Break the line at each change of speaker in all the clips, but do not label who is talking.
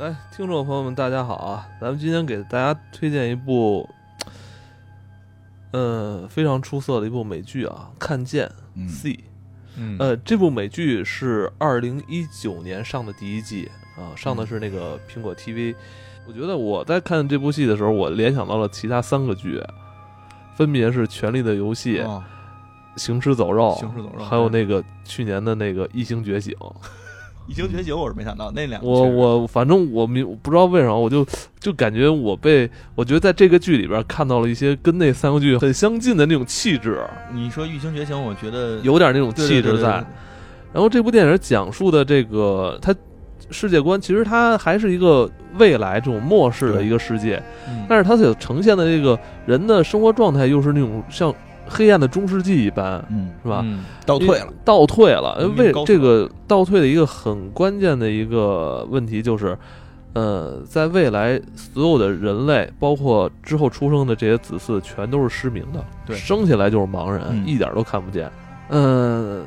来，听众朋友们，大家好啊！咱们今天给大家推荐一部，呃，非常出色的一部美剧啊，《看见
嗯
C》
嗯
呃，这部美剧是二零一九年上的第一季啊、上的是那
嗯
个苹果 TV。我觉得我在看这部戏的时候，我联想到了其他三个剧，分别是《权力的游戏》
哦
行尸走肉》，
行尸走肉
还有那个去年的那个《异星觉醒》。
异形觉醒，我是没想到那两个
我
确实
我反正我明我不知道为啥，我就就感觉我被我觉得在这个剧里边看到了一些跟那三个剧很相近的那种气质，
你说异形觉醒，我觉得
有点那种
对
气质在。，然后这部电影讲述的这个它世界观，其实它还是一个未来这种末世的一个世界，但
是
是它所呈现的这个人的生活状态又是那种像黑暗的中世纪一般，
嗯，
是吧？
嗯
倒退了，
倒退了。呃
文明
为
高速
这个倒退的一个很关键的一个问题就是，呃，在未来所有的人类，包括之后出生的这些子嗣，全都是失明的，
对
生下来就是盲人，
嗯
一点都看不见。嗯、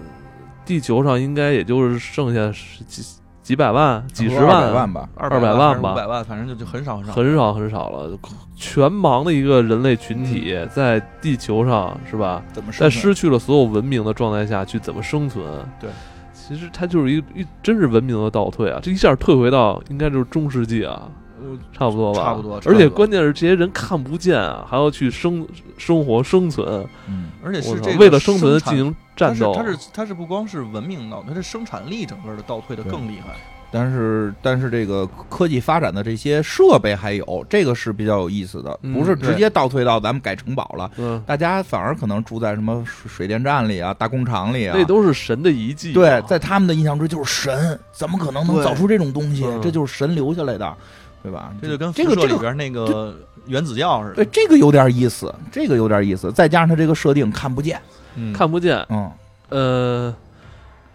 地球上应该也就是剩下十几几百万、几十
200
万、
万吧，
二
200万吧
五百万，反正就就很少很少，
很少很少了。全盲的一个人类群体在地球上是吧？
怎么
在
生存？
失去了所有文明的状态下去怎么生存？啊
对，
其实它就是一一真是文明的倒退啊！这一下退回到应该就是中世纪啊，
我
差不多吧？
差不多差不多
而且关键是这些人看不见啊，还要去生生活生存，
嗯，
而且
我
是
操
这个
为了生存
生产
进行战斗。
它是它是它是不光是文明倒退，它是生产力整个的倒退的
对
更厉害。
但是但是这个科技发展的这些设备还有这个是比较有意思的，
嗯
不是直接倒退到咱们改城堡了，
嗯，
大家反而可能住在什么水水电站里啊、大工厂里啊
那。都是神的遗迹啊、
对，在他们的印象中就是神，怎么可能能
对
造出这种东西
嗯？
这就是神留下来的，对吧？
这就跟
这
辐射
个这
里
个
边那个原子药似
对
的，
这个有点意思，这个有点意思，再加上它这个设定看不见，
嗯
看不见。
嗯，
呃，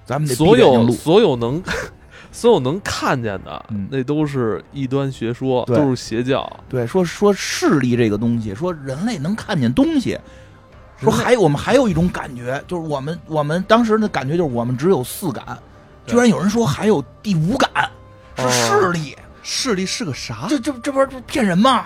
咱们得
所
闭着眼
有
睛录
所有能 所有能看见的，
嗯
那都是异端学说，
对
都是邪教。
对，说说视力这个东西，说人类能看见东西，说
人类
还有我们还有一种感觉，就是我们我们当时的感觉就是我们只有四感，
对
居然有人说还有第五感是
哦啊
视力，
视力是个啥？
这这这不是这骗人吗？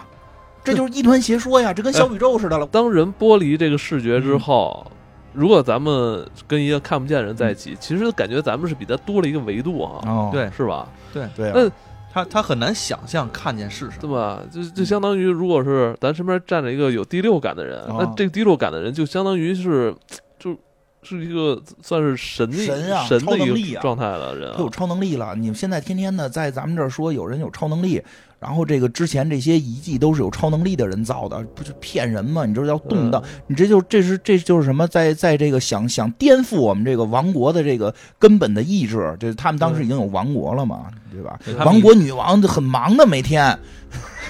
这就是异端邪说呀，这跟小宇宙似的了。
当人剥离这个视觉之后，
嗯
如果咱们跟一个看不见的人在一起，其实感觉咱们是比他多了一个维度啊，
哦
对
是吧？
对啊
那
他他很难想象看见是啥
对。吧？就就相当于，如果是咱身边站着一个有第六感的人，
哦
那这个第六感的人就相当于是，就是一个算是神的
神啊
神的
超能
一
力
个
啊
状态的人啊
都有超能力了。你们现在天天的在咱们这儿说有人有超能力，然后这个之前这些遗迹都是有超能力的人造的，不是骗人吗？你这叫动
呃嗯
荡，你这就这是这就是什么在在这个想想颠覆我们这个王国的这个根本的意志，这他们当时已经有王国了嘛，对吧？
对他们
王国女王很忙的，每天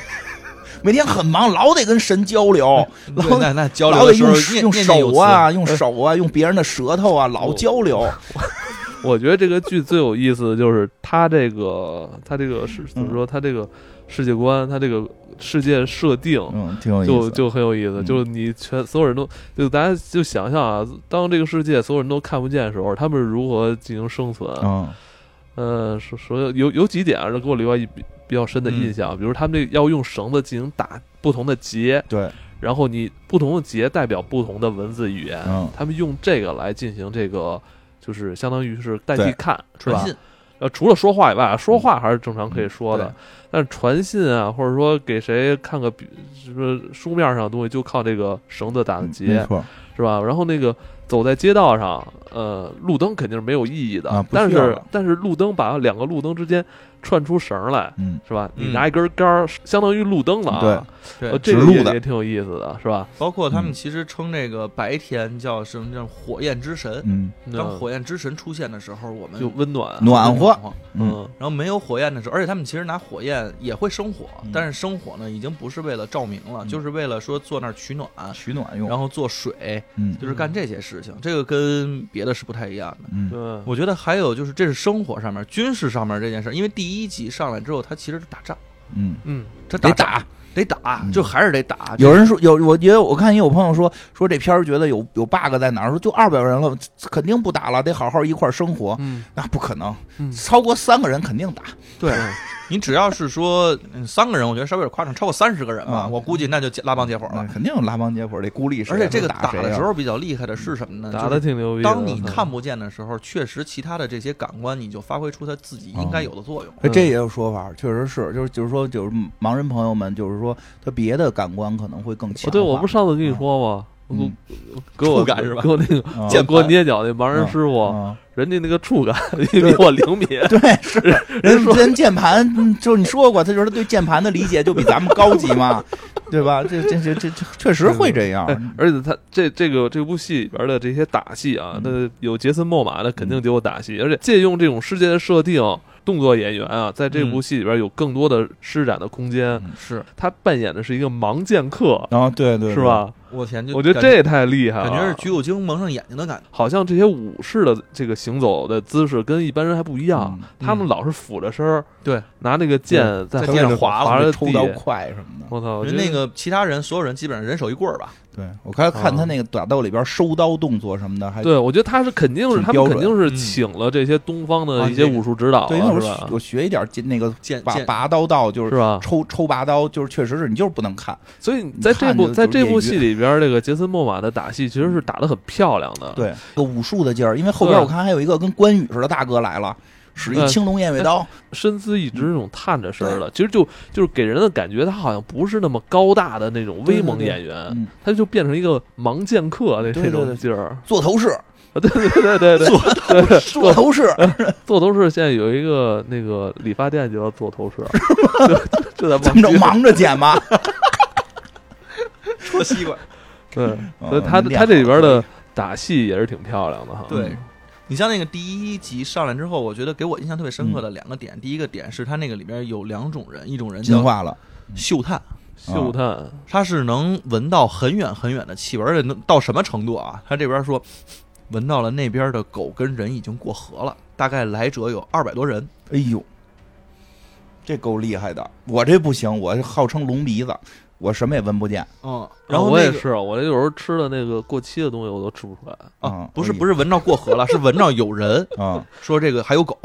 每天很忙，老得跟神交流。
对
老
那那交
老
流
得
的时候
用手
念念念
用
有
手
词哦
啊，用手啊，用别人的舌头啊，老交流。
我觉得这个剧最有意思的就是它这个它这个是怎么说？
嗯
它这个世界观，它这个世界设定，
嗯，挺有意思
就
的。
就很有意思，
嗯
就是你全所有人都就大家就想象啊，当这个世界所有人都看不见的时候，他们是如何进行生存？
嗯。
呃，说说有有几点啊，给我留下一比比较深的
嗯
印象，比如他们这要用绳子进行打不同的结，
对，
然后你不同的结代表不同的文字语言，
嗯
他们用这个来进行这个，就是相当于是代替
对
看，是
传
吧？
信
呃，除了说话以外，说话还是正常可以说的，
嗯嗯对
但是传信啊，或者说给谁看个笔，就是书面上的东西，就靠这个绳子打的结，
嗯错
是吧？然后那个走在街道上，呃，路灯肯定是没有意义的，
啊不
但
需要
是
了
但是路灯把两个路灯之间串出绳来，
嗯，
是吧？你
嗯
拿一根杆儿，相当于路灯了啊，
对
呃，这个
指路
也
的
也挺有意思的，是吧？
包括他
嗯
们其实称这个白天叫什么叫火焰之神。
嗯，
当
嗯
火焰之神出现的时候，我们
就温暖，
暖和，
和。
嗯
嗯
然后没有火焰的时候，而且他们其实拿火焰也会生火，
嗯
但是生火呢已经不是为了照明了，
嗯
就是为了说坐那儿取暖，
取暖用，
然后做水，
嗯
就是干这些事情。这个跟别的是不太一样的。
嗯，
嗯，
我觉得还有就是，这是生活上面、军事上面这件事，因为第一集上来之后，他其实是打仗，
嗯，
嗯，
这
得
打
打。
得打，
嗯
就还是得打。
有人说有，我觉得我看也有朋友说说这片儿觉得有有 bug 在哪儿，说就二百人了，肯定不打了，得好好一块儿生活。
嗯
那不可能，
嗯
超过三个人肯定打。
对，你只要是说嗯三个人，我觉得稍微有点夸张，超过三十个人吧，
嗯
我估计那就结拉帮结伙了
嗯。肯定有拉帮结伙，得孤立谁啊。
而且这个
都打
打
谁啊
的时，候比较厉害的是什么呢？
嗯打
就
的
是
挺牛逼的。嗯
当你看不见的时候，确实其他的这些感官你就发挥出它自己应该有的作用。
哎这也有说法，确实是，就是就是说，就是盲人朋友们，就是说他别的感官可能会更强
哦，
化。
对，我不是上次跟你说吗？
嗯
给我
触感是吧
给我那个
嗯
给我捏脚那盲人
嗯
师傅，
嗯
人家那个触感比我灵敏。
对，是人人键盘，嗯就是你说过，他就是他对键盘的理解就比咱们高级 嘛，对吧？这这这这这确实会这 样
哎，而且他这这个这部戏里边的这些打戏
嗯
啊，那有杰森·莫玛，那肯定得有打戏，而且借用这种世界的设定，动作演员啊，在这
嗯
部戏里边有更多的施展的空间。
是
他扮演的是一个盲剑客，
啊，对对
是？吧？
我天，就
我觉得
感
这啊也太厉害了，
感觉是橘右京蒙上眼睛的感觉。
好像这些武士的这个行走的姿势跟一般人还不一样，
嗯
他们老是俯着身儿，
对，
拿那个剑在
在地上划了
划着
抽
地
刀快什么的。
我操，
因
我
为
觉得
那个其他人所有人基本上人手一棍儿吧，
对我开始看他那个打斗里边收刀动作什么的，还
对，我觉得他是肯定是
挺
他们
标
肯
准
定是
嗯
请了这些东方
啊
的一
你
些
这个
武术指导
对，因为
了，
我
是
学
吧？
我学一点进那个
剑
拔
剑
拔刀道，就是
是吧？啊
抽抽拔刀，就是确实是你就是不能看，
所以在这部
你看着就
在这部
就是嗯
戏里边，这个杰森·莫玛的打戏其实是打得很漂亮的。
对，这个武术的劲儿，因为后边
对
我看还有一个跟关羽似的大哥来了，使一
嗯
青龙偃月刀，
身姿一直是那种探着身儿的，其实就就是给人的感觉，他好像不是那么高大的那种威猛演员，
嗯，
他就变成一个盲剑客的
对
这
对对
种劲儿。
做头饰，
啊对对对对对，对对
做头饰，
做头饰现在有一个那个理发店就叫做头饰，就就在
怎么着
盲
忙着剪吧？
戳西瓜。
对，
嗯
所以他他这里边的打戏也是挺漂亮的哈。
嗯
嗯
对，嗯你像那个第一集上来之后，我觉得给我印象特别深刻的两个点，第一个点是他那个里边有两种人，一种人
进
叫
化了，
嗅探，
嗅探，
他是能闻到很远很远的气味，而且能到什么程度啊？他这边说闻到了那边的狗跟人已经过河了，大概来者有二百多人。
哎呦，这够厉害的，我这不行，我号称龙鼻子，我什么也闻不见，
嗯，然后、
啊我
那
也
个
是，我有时候吃的那个过期的东西我都吃不出来。
嗯
啊，不是
哎呦
不是闻到过河 了，是闻到有人
啊，
说这个还有狗，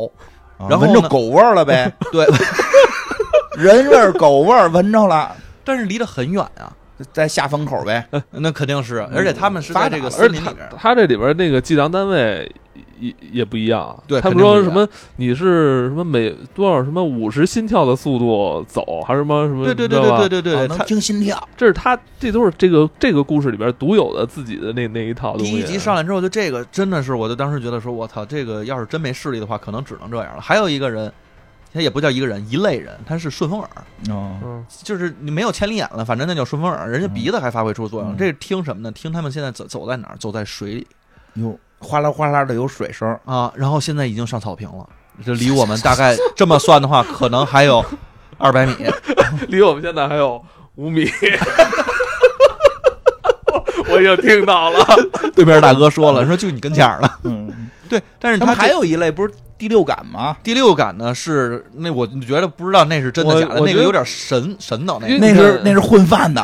啊
然后
闻着
呢
狗味儿了呗，
对，
人味儿狗味儿闻着了，
但是离得很远啊，嗯
在下风口呗，
那肯定是，而且他们是在这个
而
森林
他
里边儿，
他这里边那个计量单位也也不一样，啊
对
他们
肯定不
说
一
什
样
么你是什么每多少什么五十心跳的速度走，还是什么什么？
对对
你
对
知道吧
对对对
啊
对，
能
他
听心跳，
这是他这都是这个这个故事里边独有的自己的那那一套东
第
西。
一集上来之后，就这个真的是，我就当时觉得说，我操，这个要是真没视力的话，可能只能这样了。还有一个人，他也不叫一个人，一类人，他是顺风耳，
嗯
嗯，
就是你没有千里眼了，反正那叫顺风耳，人家鼻子还发挥出作用。
嗯
这是听什么呢？听他们现在走走在哪儿？走在水里
哟，哗啦哗啦的有水声，
啊，然后现在已经上草坪了，这离我们大概这么算的话，可能还有 二百米。
离我们现在还有五米。 我已经听到了，
对面大哥说了，说就你跟前儿了。
嗯，
对，但是
他们
这
还有一类不是第六感吗？
第六感呢，是那我觉得不知道那是真的
我
假的，
我
那
觉
个
得
有点神神脑那
因
个
为。
那是
你看
那是混饭的，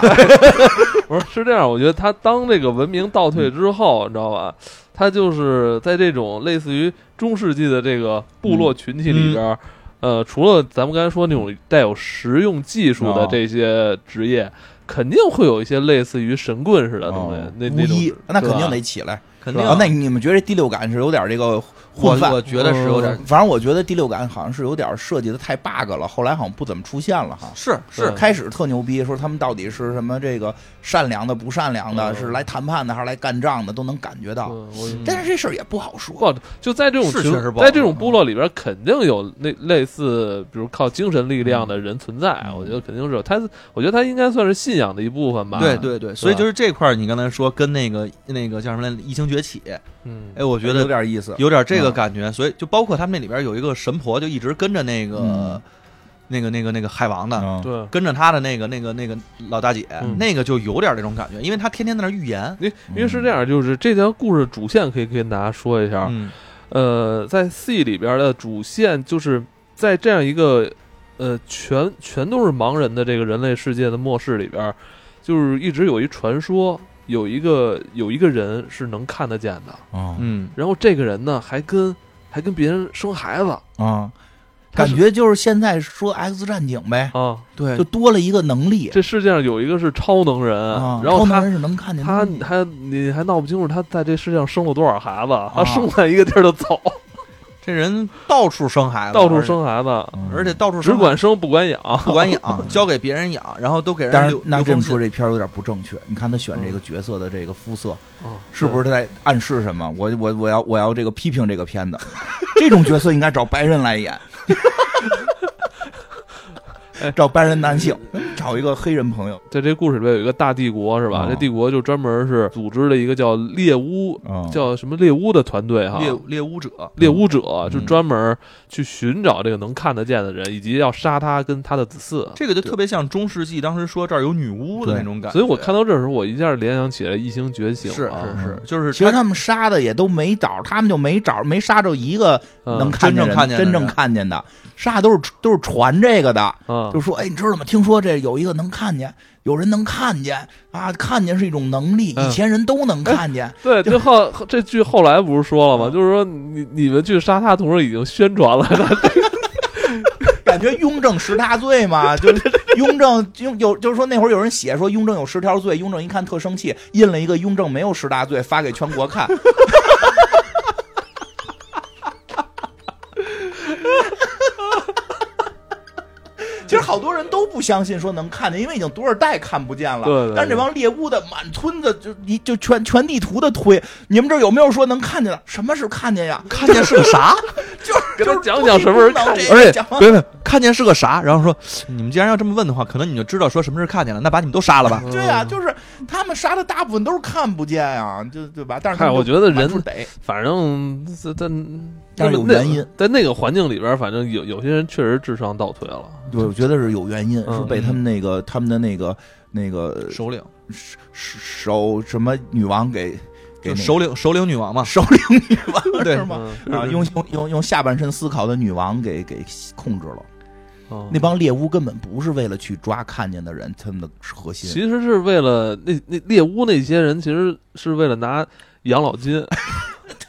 不是是这样，我觉得他当这个文明倒退之后，你知道吧？他就是在这种类似于中世纪的这个部落群体里边儿，呃，除了咱们刚才说那种带有实用技术的
哦
这些职业，肯定会有一些类似于神棍似的东西。
哦
那
无
那种
一
是
那肯定
吧
得起来。
肯
是
定
吧
啊，那你们觉得第六感是有点这个
我
混饭
我？觉得是有点儿
嗯
反正我觉得第六感好像是有点设计的太 bug 了，后来好像不怎么出现了哈。
是
是
是
开始特牛逼，说他们到底是什么这个善良的、不善良的，
嗯
是来谈判的还是来干仗的，都能感觉到。
嗯我
但是这事儿也不好
不
说，
好，就在这种
是
群
确实不好嗯
在这种部落里边，肯定有那类似，比如靠精神力量的人存在。
嗯
我觉得肯定是有他，我觉得他应该算是信仰的一部分吧。
对对对，所以
啊吧
就是这块儿，你刚才说跟那个那个叫什么来，《异星崛起》，
嗯，
哎，我
我
觉
有
得
点意思。
有点这个感觉，所以就包括他们那里边有一个神婆，就一直跟着那个
嗯
那个那个那个海王的，
嗯
对。
跟着他的那个那个那个老大姐
嗯，
那个就有点这种感觉，因为他天天在那儿预言。
因因为是这样，就是这条故事主线可以跟大家说一下。
嗯嗯，
呃，在 C 里边的主线就是在这样一个呃全全都是盲人的这个人类世界的末世里边，就是一直有一传说，有一个有一个人是能看得见的，
啊
嗯，
然后这个人呢还跟还跟别人生孩子，
啊！
它
感
是
觉就是现在说 X 战警呗，
啊，
对
就多了一个能力
这世界上有一个是超能人，
啊。
然后
超能
他
人是嗯能看见
他
东西
还你还闹不清楚他在这世界上生了多少孩子， 他生在一个地儿就走，
这人到处生孩子，
到处，生孩子，
嗯
而且到处
只
生
管生不管养。
不管养，交给别人养，然后都给
但
人
是
留
那
留
这
封
么说，
信。
这片儿有点不正确。你看他选这个角色的这个肤色，
嗯
是不是他在暗示什么？我我我要我要这个批评这个片子， 这种角色应该找白人来演，找白人男性，找一个黑人朋友。
在这故事里边有一个大帝国是吧？
哦
这帝国就专门是组织了一个叫猎巫，
嗯
叫什么猎巫的团队哈。
猎猎巫者，
猎巫者就专门去寻找这个能看得见的人，以及要杀他跟他的子嗣。
这个就特别像中世纪当时说这儿有女巫的那种感觉。
所以我看到这儿的时候，我一下联想起来《异形觉
是
醒》
是
啊，
是，就是
其实他们杀的也都没找，他们就没找，没杀着一个
嗯
能看见人
真正看见的
真正
人嗯
看见的，杀的都是都是传这个的，
啊
就说哎，你知道吗？听说这有一个能看见，有人能看见啊，看见是一种能力，
嗯
以前人都能看见，
对，这后这剧后来不是说
嗯
了吗？就是说你你们去杀他，同时已经宣 传了，
感觉雍正十大罪 嘛，就是雍正雍有就是说那会儿有人写说雍正有十条罪，雍正一看特生气，印了一个雍正没有十大罪发给全国看。 其实好多人都不相信说能看见，因为已经多少代看不见了。
对对对
但是这帮猎巫的满村子就一就全全地图的推，你们这儿有没有说能看见的？什么是看见呀？
看见是个 啥？
就是
给他
就是
讲讲什么是看见
这个
而且
讲完
别别，看见是个啥？然后说，你们既然要这么问的话，可能你就知道说什么是看见了，那把你们都杀了吧。
对呀、
嗯
就是他们杀的大部分都是看不见啊，就对吧？但是他
嗨
们
我觉得人
满处逮
反正在在
但是有原因，
在那个环境里边，反正有有些人确实智商倒退了。
对，我觉得是有原因，
嗯
是被他们那个他们的那个那个
首领，
手手什么女王给给
就
那个
首领，首领女王嘛。
首领女王
对
是吗？
嗯
啊，
嗯
用用用用下半身思考的女王给给控制了。
哦
那帮猎巫根本不是为了去抓看见的人，他们的核心。
其实是为了那那猎巫那些人，其实是为了拿养老金，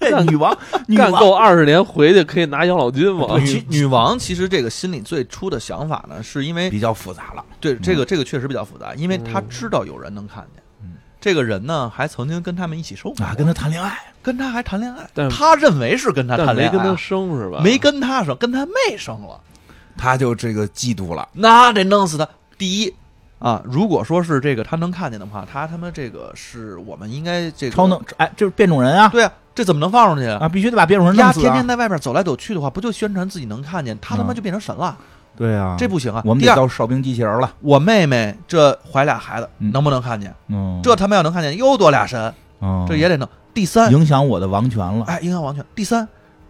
对，女王 女
干
王
够二十年回去可以拿养老金嘛？
对
女女王啊其实这个心里最初的想法呢，是因为
比较复杂了。
对这个这个确实比较复杂，因为她
嗯
知道有人能看见
嗯。
这个人呢，还曾经跟他们一起生活
啊，，跟他谈恋爱，
跟他还谈恋爱
但，
他认为是跟他
但
谈
没
恋爱
跟他
啊，
生是吧？
没跟他生，跟他妹生了，
他就这个嫉妒了。
那得弄死他。第一啊，如果说是这个他能看见的话，他他妈这个是我们应该这个
超能哎，这是变种人啊
对啊，这怎么能放出去啊？
啊，必须得把变种人弄
丫
死
天天
啊！
在外边走来走去的话，不就宣传自己能看见？他他妈
嗯
就变成神了，
对啊，
这不行啊！
我们
第
得
二，
到哨兵机器人了。
我妹妹这怀俩孩子，
嗯
能不能看见？
嗯
这他妈要能看见，又多俩神，
哦
这也得弄。第三，
影响我的王权了。
哎，影响王权。第三，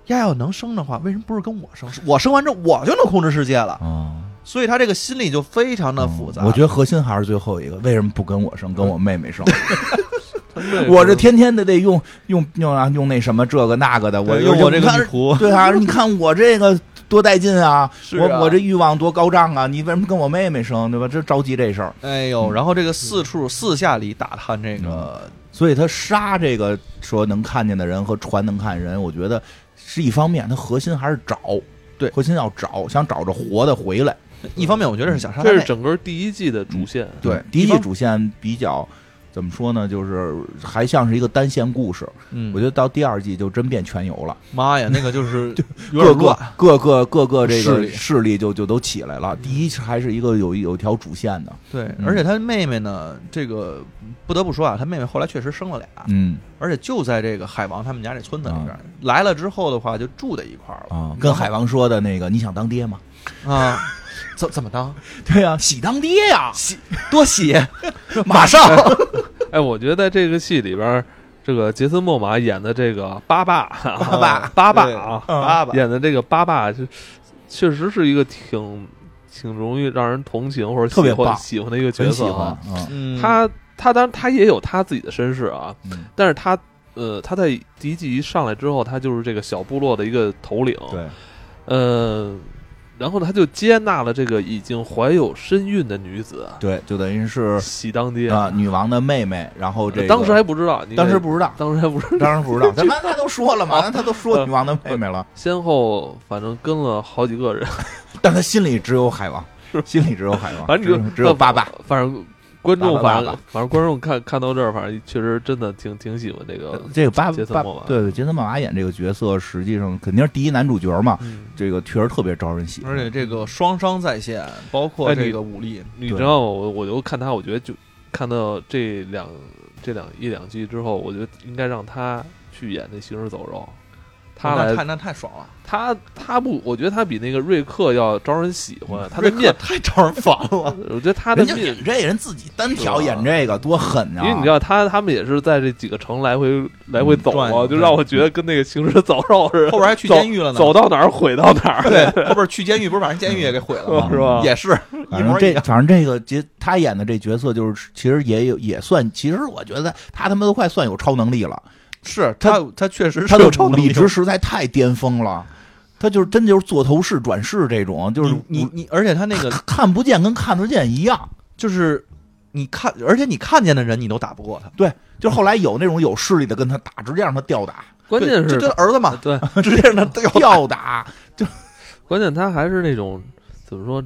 丫要能生的话，为什么不是跟我生？是我生完之后，我就能控制世界了。
啊，
所以他这个心理就非常的复杂。
哦我觉得核心还是最后一个，为什么不跟我生，跟我 妹妹生？
他妹夫
我这天天的得用用用啊用那什么这个那个的，我
对用我这个女
仆，对 啊，你看我这个多带劲啊！
是啊
我我这欲望多高涨啊！你为什么跟我妹妹生，对吧？这着急这事儿，
哎呦，然后这个四处四下里打探这个，
所以他杀这个说能看见的人和传能看见人，我觉得是一方面，他核心还是找，
对
核心要找，想找着活的回来。
一方面我觉得是想杀他
这
妹
是，整个第一季的主线。
对
嗯第一
一
季
方
主线比较怎么说呢？就是还像是一个单线故事。
嗯，
我觉得到第二季就真变全游了，
妈呀，那个就是有
各
点
个啊
乱，
各个各个这
势
个
力
势力就就都起来了。第一还是一个有有一条主线的，
对，
嗯
而且他妹妹呢，这个不得不说啊，他妹妹后来确实生了俩，
嗯
而且就在这个海王他们家这村子里边儿，来了之后的话就住在一块儿了
啊，跟海王说的那个你想当爹吗？
啊，怎怎么当
对呀、喜当爹呀、
洗多洗，
马上
哎，我觉得在这个戏里边，这个杰森·莫玛演的这个巴 爸，
爸爸
巴啊爸
对嗯
啊，
爸爸
演的这个巴爸，就确实是一个挺挺容易让人同情或者
特别
喜欢
棒
喜欢的一个角
很喜
色
欢
啊
啊。。
嗯
他他当然他也有他自己的身世啊，
嗯
但是他呃他在第一季一上来之后，他就是这个小部落的一个头领。，
对，
呃，然后呢，他就接纳了这个已经怀有身孕的女子，
对，就等于是
喜当爹。
啊，女王的妹妹，然后这个
当时还不知道，你
当时
看
不知道，
当时还不知道，
当然不知道，他妈他都说了嘛，他都说女王的妹妹了，
先后反正跟了好几个人，
啊但他心里只有海王，心里只有海王，
反正
只
啊你就
有
呃
只有爸爸，，
反正观众
爸爸
反
爸
正
爸
反正观众看看到这儿，反正确实真的挺挺喜欢这个，
这个爸
杰森
爸
莫娃
对对，杰森·莫娃演这个角色，实际上肯定是第一男主角嘛，
嗯
这个确实特别招人喜欢，
而且这个双商在线，包括
哎你
这个武力，
你
对
知道吗？我我就看他，我觉得就看到这两这两一两季之后，我觉得应该让他去演那行尸走肉，
哦
他
那太
来
那太爽了，
他他不，我觉得他比那个瑞克要招人喜欢，他的
瑞
面
克，太招人烦 了。
我觉得他的
嗯人家
面
演。这人自己单挑演这个多狠啊！
因为你知道他他们也是在这几个城来回来
嗯
回走
转悠
啊，就让我觉得跟那个行尸走肉似的。
后边还去
走
监狱了呢
走到哪儿毁到哪儿。
对，后边去监狱不是把人监狱也给毁了 吗？
是
哦嗯
吧
也是一
反正
模一
这
样。
反正这个角他演的这角色就是，其实也有也算，其实我觉得他他妈都快算有超能力了，
是他，他确实是
他的
有超能
理
力。
值实在太巅峰了，他就是真就是座头市转世这种，就是
你你你，而且他 那个
看看不见跟看得见一样。
就是你看，而且你看见的人你都打不过他。
对，就后来有那种有势力的跟他打，直接让他吊打，
关键是
对这这儿子
啊
嘛，
对，
直接让他掉
吊打，
关键他还是那种怎么说，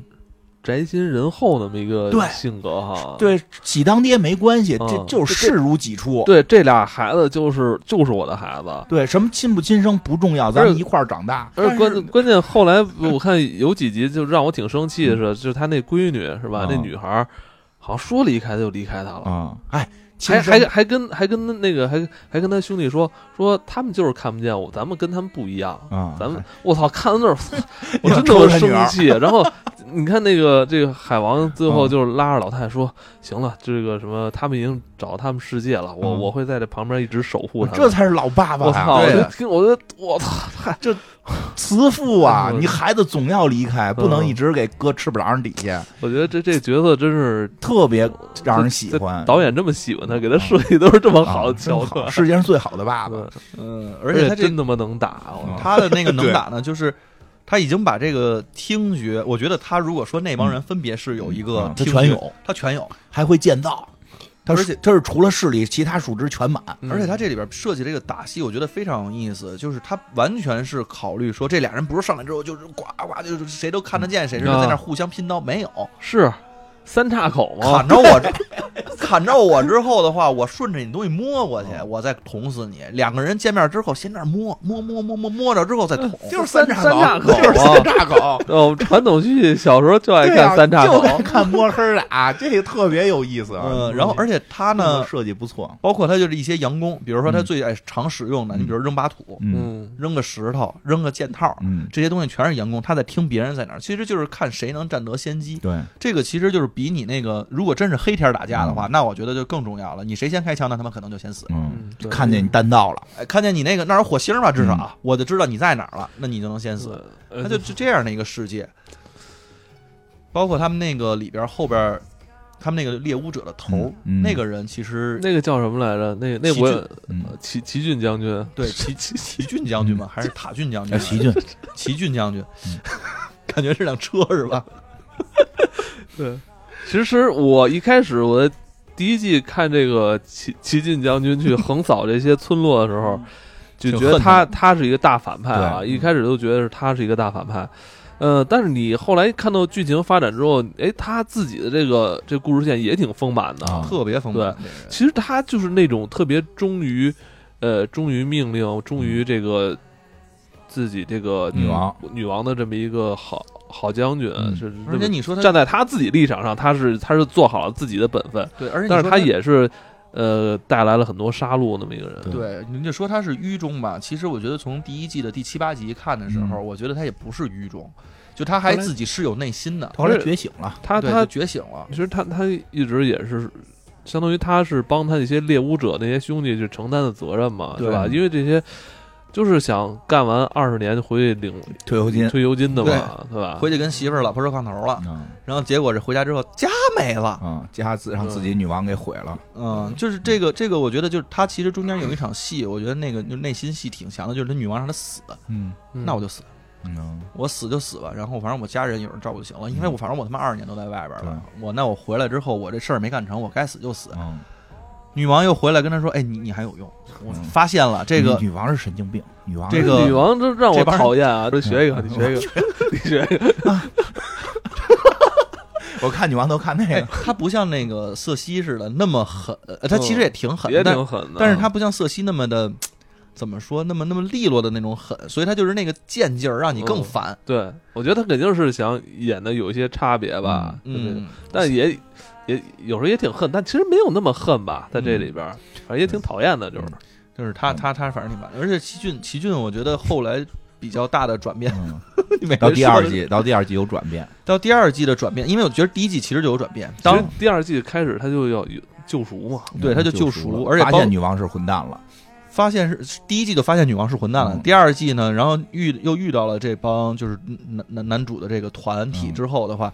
宅心仁厚那么一个
对
性格哈。
对，喜当爹没关系，
嗯
这就是视如己出。
对，这俩孩子就是就是我的孩子。
对，什么亲不亲生不重要，咱
而
们
且
一块儿长大。
而
但是
关关键后来我看有几集就让我挺生气的是，就是他那闺女是吧
嗯啊？
那女孩儿好像说离开就离开他了，
啊，哎，亲
还
生
还还跟还跟那个还还跟他兄弟说说他们就是看不见我，咱们跟他们不一样。
啊，
咱们我操，看到 那儿，我
要
真的
抽
我
他女儿
生气。然后你看那个这个海王最
啊
后就是拉着老太说：“行了，这个什么，他们已经找到他们世界了，我
嗯
我会在这旁边一直守护他们。”
这才是老爸爸
我
啊呀、
操！我
对
就听，我就我操，太
慈父啊！
嗯
你孩子总要离开，不能
嗯
一直给搁翅膀底下，
我觉得这这角色真是
特别 让人喜
这
欢。嗯
导演这么喜欢他，给他设计都是这么
啊
好的
真
桥
好
段，
世界上最好的爸爸。
嗯
嗯，
而
而且他这
真他妈能打，我
嗯
操！
他的那个能
对
打呢，就是他已经把这个听觉，我觉得他如果说那帮人分别是有一个
嗯
听
他
觉，
全有，
他全有，
还会建造，他
而
是他是除了视力，其他数值全满。
嗯
而且他这里边设计这个打戏，我觉得非常有意思，就是他完全是考虑说这俩人不是上来之后就是呱呱就是谁都看得
嗯
见谁，是在
啊
那儿互相拼刀，没有
哦
是三岔口嘛
砍？着我这砍着我之后的话，我顺着你东西摸过去，
哦
我再捅死你。两个人见面之后先那儿摸摸摸摸摸摸着之后再捅，
嗯就是
三
岔
三岔
口，
口啊
就是三岔口。
哦，我们传统剧小时候就爱
对呀
看三岔
就
口，
该看摸黑儿的啊，这个特别有意思啊。
嗯，然后而且他
这个
呢，
设计不错，
包括他就是一些佯攻，比如说他
嗯
最爱常使用的，你比如扔把土、
嗯
嗯，
扔个石头、扔个箭套，
嗯，
这些东西全是佯攻。他在听别人在哪儿，其实就是看谁能占得先机。
对，
这个其实就是比你那个，如果真是黑天打架的话，
嗯
那我觉得就更重要了。你谁先开枪，那他们可能就先死。
嗯
嗯，对
看见你单到了，
哎，看见你那个那儿有火星吧，至少
嗯
啊、我就知道你在哪儿了，那你就能先死。
他
他就是这样的一个世界，包括他们那个里边后边，他们那个猎巫者的头、
嗯嗯
那个人，其实
那个叫什么来着？那那
齐
我
俊
也
嗯，
呃齐齐俊将军，
对齐齐齐俊将
嗯
军吗？还是塔俊将军？
哎 奇骏，
齐俊将军
嗯，
感觉是辆车是吧？
嗯对，其实我一开始我的第一季看这个齐齐晋将军 去横扫这些村落的时候，就
挺
觉得
嗯恨嗯
他他是一个大反派啊，
对
一开始就觉得是他是一个大反派。呃，但是你后来看到剧情发展之后，哎，他自己的这个这故事线也挺丰满的。
啊
特别丰满。这个人
其实他就是那种特别忠于，呃，忠于命令，忠于这个自己这个
嗯女王
女王的这么一个好好将军，
嗯
是这
而且
么
你说他
站在他自己立场上，他是他是做好了自己的本分，
对，而且你
但
说
是他也是呃带来了很多杀戮那么一个人。
对，你就说他是愚忠吧。其实我觉得从第一季的第七八集看的时候，我觉得他也不是愚忠，就他还
后来
自己是有内心的，
后来觉醒了，
他
对
他
就觉醒了
其。实他他一直也是。相当于他是帮他一些猎巫者那些兄弟去承担的责任嘛，
对
是吧？因为这些就是想干完二十年就回去领
退休金，
退休金的嘛，对吧？
回去跟媳妇儿老婆热炕头了，
嗯
然后结果这回家之后家没了，
啊，家自让自己女王给毁了，
嗯，就是这个这个，我觉得就是他其实中间有一场戏，我觉得那个就内心戏挺强的，就是他女王让他死，
嗯，
嗯
那我就死，
嗯，
我死就死吧，然后反正我家人有人照顾就行了，因为我反正我他妈二十年都在外边了，我那我回来之后，我这事儿没干成，我该死就死。
嗯
女王又回来跟他说：“哎，你你还有用，我
嗯
发现了这个
女女王是神经病，女王
这个
女王这让我
这帮人
讨厌啊！这学一个，你学一个，你学一个。
我看女王都看那
哎
个，，
他不像那个瑟西似的那么狠，呃他其实也挺狠，
哦也
但
挺狠啊的，
但是他不像瑟西那么的，怎么说，那么那么利落的那种狠，所以他就是那个贱劲儿，让你
哦
更烦。
对我觉得他肯定是想演的有一些差别吧，对
嗯，
但也也有时候也挺恨，但其实没有那么恨吧，在这里边儿，反正也挺讨厌的，就是
嗯
就是
嗯
他他他反正挺烦，而且奇骏奇骏，我觉得后来比较大的转变，
嗯，
你没
到第二
说
季，到第二季有转变，
到第二季的转变，因为我觉得第一季其实就有转变，
其实
当
第二季开始他就要有救赎嘛，
对他就救
嗯救
赎
了
而且
发
包
现女王是混蛋了，
发现是第一季就发现女王是混蛋了，
嗯
第二季呢，然后遇又遇到了这帮就是男男男主的这个团体
嗯
之后的话，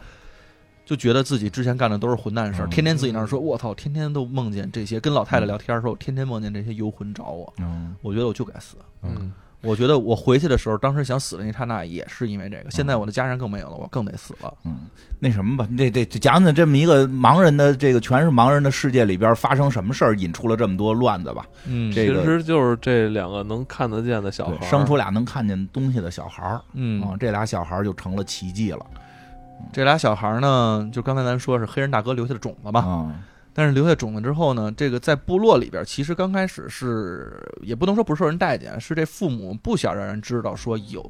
就觉得自己之前干的都是混蛋事儿，
嗯
天天自己那儿说，我操，天天都梦见这些，跟老太太聊天的时候，天天梦见这些游魂找我，
嗯
我觉得我就该死。
嗯，
我觉得我回去的时候，当时想死的那刹那也是因为这个。现在我的家人更没有了，我更得死了。
嗯，那什么吧，这这讲讲这么一个盲人的这个全是盲人的世界里边发生什么事儿，引出了这么多乱子吧？
嗯
这个
其实就是这两个能看得见的小孩
对，
儿
生出俩能看见东西的小孩儿，
嗯，
啊，这俩小孩儿就成了奇迹了
这俩小孩呢，就刚才咱说是黑人大哥留下的种子嘛，
啊，
但是留下种子之后呢，这个在部落里边，其实刚开始是也不能说不受人待见，是这父母不想让人知道说有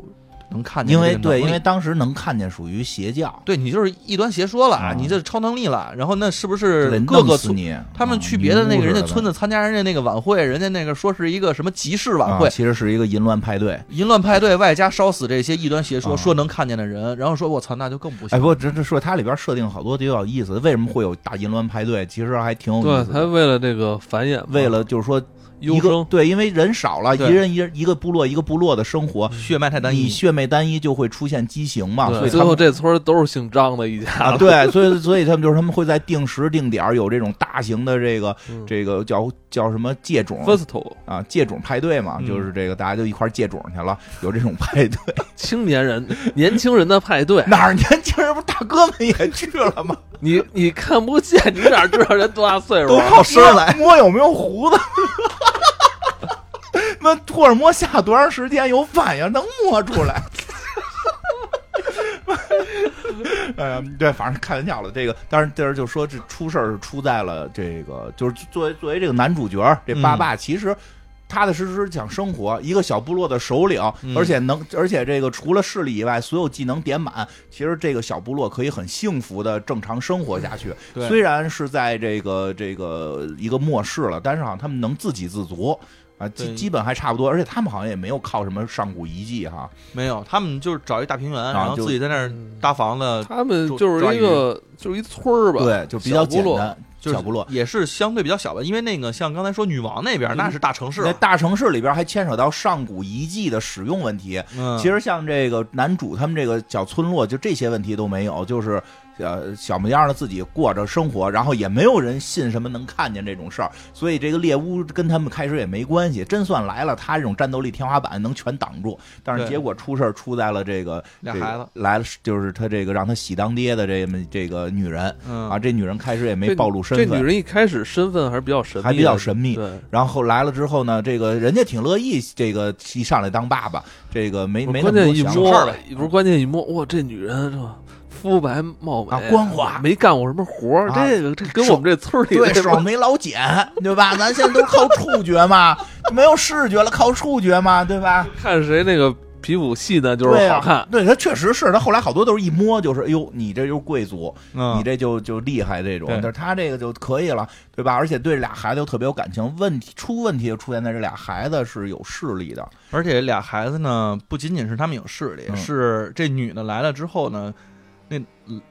能看见
因
这个
为
能力，
对，因为当时能看见属于邪教，
对你就是异端邪说了，
啊
你这超能力了，然后那是不
就得
是各
弄
个
死
村？
你。
他们
啊
去别的那个人家
迷糊似的
村子参加人家那个晚会，人家那个说是一个什么集市晚
啊
会，
其实是一个淫乱派对。
淫乱派对，外加烧死这些异端邪说，
啊
说能看见的人，然后说我操，那就更不
哎，
行。
不过这这说它里边设定好多比较有意思的，为什么会有大淫乱派对？其实还挺有
对
意思
他
的。
为了这个繁衍嘛，
嗯为了就是说
优
一个
生，
对，因为人少了，一
对
人一人一个部落一个部落的生活，
血脉太单
你
一，
血脉单一就会出现畸形嘛，啊所
嗯对，
以
最
他
后
们
这村儿都是姓张的一家
啊，
子，
对，所以所以他们就是他们会在定时定点儿有这种大型的这个
嗯
这个叫叫什么借种
festival
啊借种派对嘛，
嗯
就是这个大家就一块儿借种去了，有这种派对，
青年人 年轻人的派对，
哪儿年轻人不是大哥们也去了吗？
你你看不见，你哪知道人多大岁数
都
啊？
靠声儿来。
摸有没有胡子？那或者摸下多长时间有反应，能摸出来？ 哎呀，对，反正开玩笑了。这个，当然，就是就说这出事儿是出在了这个，就是作为作为这个男主角儿这八爸，其实踏踏实实想生活，一个小部落的首领，
嗯
而且能，而且这个除了视力以外，所有技能点满，其实这个小部落可以很幸福的正常生活下去。
对
虽然是在这个这个一个末世了，但是好像他们能自给自足啊，基
对
基本还差不多，而且他们好像也没有靠什么上古遗迹哈，
没有，他们就是找一大平原，
啊
然后
就
自己在那儿搭房子，
他们就是一个就是一村儿吧，
对，就比较简
小部落
单，
就是
小部落。
也是相对比较小吧。因为那个像刚才说女王那边，
嗯
那是大城市
在
啊，
大城市里边还牵扯到上古遗迹的使用问题，
嗯，
其实像这个男主他们这个小村落，就这些问题都没有，就是呃小模样的自己过着生活，然后也没有人信什么能看见这种事儿，所以这个猎巫跟他们开始也没关系。真算来了，他这种战斗力天花板能全挡住，但是
对
结果出事儿出在了这个
俩
这个
孩子
来了，就是他这个让他喜当爹的这么这个女人
嗯
啊，这女人开始也没
这
暴露身
这
份，
女人一开始身份还是比较神秘的，
还比较神秘
对，
然后来了之后呢，这个人家挺乐意，这个一上来当爸爸，这个没没那
关
么
键
多
一
想
摸
法，
不是关键一摸，哇，这女人是吧？肤白貌美，
啊光滑
没干过什么活儿，
啊
这个这跟我们这村儿里
对
这
手没老茧，对吧？咱现在都是靠触觉嘛，没有视觉了，靠触觉嘛，对吧？
看谁那个皮肤细呢，就是
对
好
啊
看。
对他确实是他后来好多都是一摸就是，哎呦，你这就是贵族，
嗯
你这就就厉害这种，
对
但是他这个就可以了，对吧？而且对这俩孩子又特别有感情，问题出问题就出现在这俩孩子是有势力的，
而且俩孩子呢，不仅仅是他们有势力，
嗯
是这女的来了之后呢，那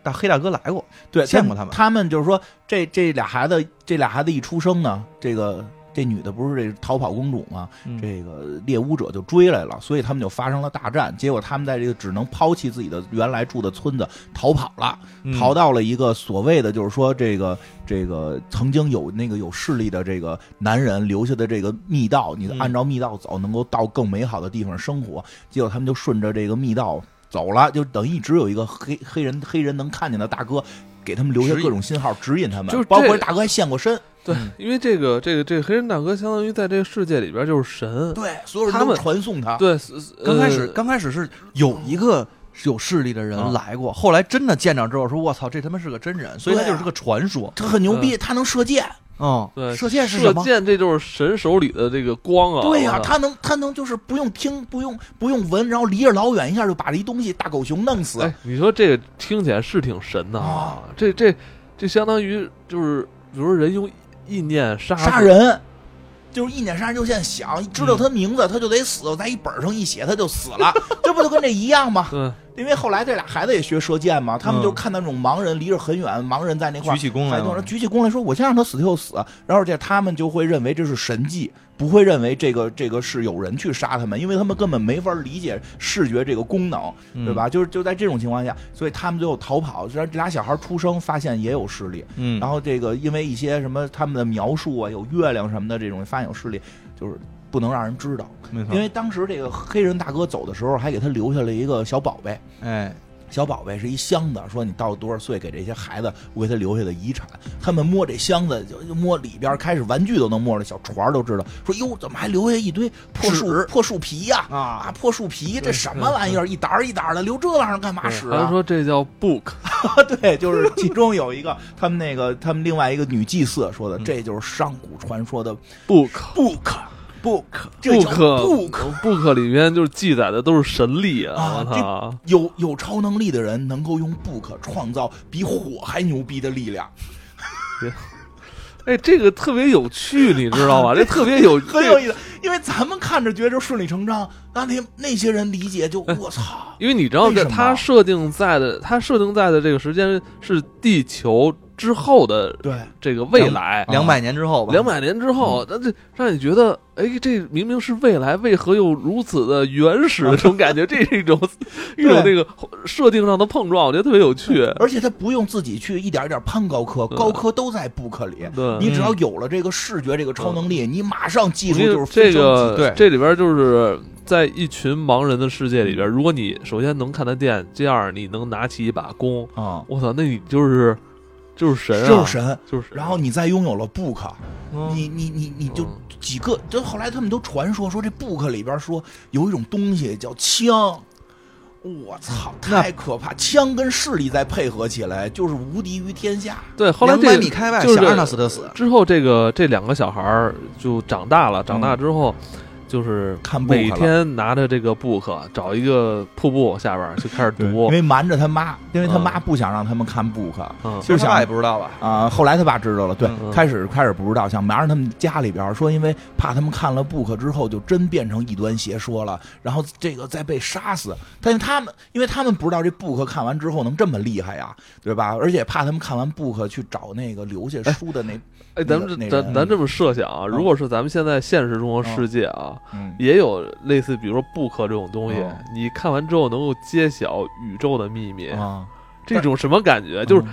大黑大哥来过，
对，
见过他们
他们就是说，这这俩孩子，这俩孩子一出生呢，这个这女的不是这逃跑公主吗？
嗯
这个猎巫者就追来了，所以他们就发生了大战。结果他们在这个只能抛弃自己的原来住的村子，逃跑了，
嗯
逃到了一个所谓的就是说这个这个曾经有那个有势力的这个男人留下的这个密道，你
嗯
按照密道走，能够到更美好的地方生活。结果他们就顺着这个密道走了，就等于一直有一个黑黑人黑人能看见的大哥。给他们留下
指引
各种信号，指引他们，
就是
包括
这
这大哥还现过身，
对
嗯，
因为这个这个这个黑人大哥相当于在这个世界里边就是神，
对，啊所有人
他
都
们
传送他，
对，呃
刚开始刚开始是有一个有势力的人来过，嗯后来真的见着之后说：“我操，这他妈是个真人！”所以他就是个传说。
他很牛逼，他能射箭，
嗯，
对
射箭是
射
什么？
箭，这就是神手里的这个光 啊！
对呀、
我操
他能他能就是不用听，不用不用闻，然后离着老远一下就把一东西大狗熊弄死。
哎，你说这个听起来是挺神的
哦
啊，这这这相当于就是，比如说人用意念杀
杀
死，
人，就是一点杀人就现想，知道他名字他就得死，在一本上一写他就死 了，这不就跟这一样吗？
对，
因为后来这俩孩子也学射箭嘛，他们
嗯
就看那种盲人离着很远，盲人在那块
举起
儿
弓来
还动，
了
人，举起弓来说：“我先让他死他就死。”啊然后这他们就会认为这是神迹，不会认为这个这个是有人去杀他们，因为他们根本没法理解视觉这个功能，
嗯
对吧？就是就在这种情况下，所以他们最后逃跑。虽然这俩小孩出生发现也有视力，
嗯，
然后这个因为一些什么他们的描述啊，有月亮什么的这种发现有视力，就是不能让人知道。
没错
因，为当时这个黑人大哥走的时候，还给他留下了一个小宝贝，
哎，
小宝贝是一箱子，说你到多少岁给这些孩子，我给他留下的遗产。他们摸这箱子，就就摸里边，开始玩具都能摸着，小船都知道。说哟，怎么还留下一堆破树
纸
破树皮呀、啊？
啊，
破树皮，这什么玩意儿？一沓儿一沓儿的，留这玩意儿干嘛使
好像
啊？
说这叫 book，
对，就是其中有一个他们那个他们另外一个女祭司说的，这就是上古传说的
book。
book book，这叫
book 嗯
book。
book 里面就是记载的都是神力
啊
啊！我操，
有有超能力的人能够用 book 创造比火还牛逼的力量，
哎，这个特别有趣，你知 道吧？这特别有，
很有意思。因为咱们看着觉着顺理成章，但那那些人理 解就我操，
因为你知道，
为什
这
么啊
它设定在的，它设定在的这个时间是地球之后的
对，
这个
嗯
未来，
啊
两百年之后吧，嗯
两百年之后，那这让你觉得，哎，这明明是未来，为何又如此的原 始的这种感觉？这是一种一种那个设定上的碰撞，我觉得特别有趣。
而且他不用自己去一点一点攀高科，高科都在 book 里。
对，
你只要有了这个视觉这个超能力，你马上技术就是飞
这
升级
个
对
这里边就是在一群盲人的世界里边，如果你首先能看得见，第二你能拿起一把弓，
啊，
我操，那你就是就是神啊，
就是神。
就是神
然后你再拥有了 book，
嗯
你你你你就
嗯
几个，就后来他们都传说说这 book 里边说有一种东西叫枪，我操，
那
太可怕！枪跟势力再配合起来，就是无敌于天下。
对，后来
两
这
百
个
米开外
就是
想让他死他死，
之后，这个这两个小孩儿就长大了，长大之后。就是
嗯看 book
每
了
天拿着这个 book，找一个瀑布下边儿就开始
因
读，
为瞒着他妈，因为他妈
嗯
不想让他们看 book 啊、
嗯，
其实他爸也不知道吧？
后来他爸知道了，对，
嗯
嗯
开始开始不知道，想瞒着他们家里边说，因为怕他们看了 book 之后就真变成异端邪说了，然后这个再被杀死。但是他们，因为他们不知道这 book 看完之后能这么厉害呀，对吧？而且怕他们看完 book 去找那个留下书的那，
哎，咱们
那
这
个
咱咱这么设想啊，如果是咱们现在现实中的世界啊，
嗯，
也有类似比如说 book 这种东西
嗯，
你看完之后能够揭晓宇宙的秘密，
啊，
这种什么感觉？就是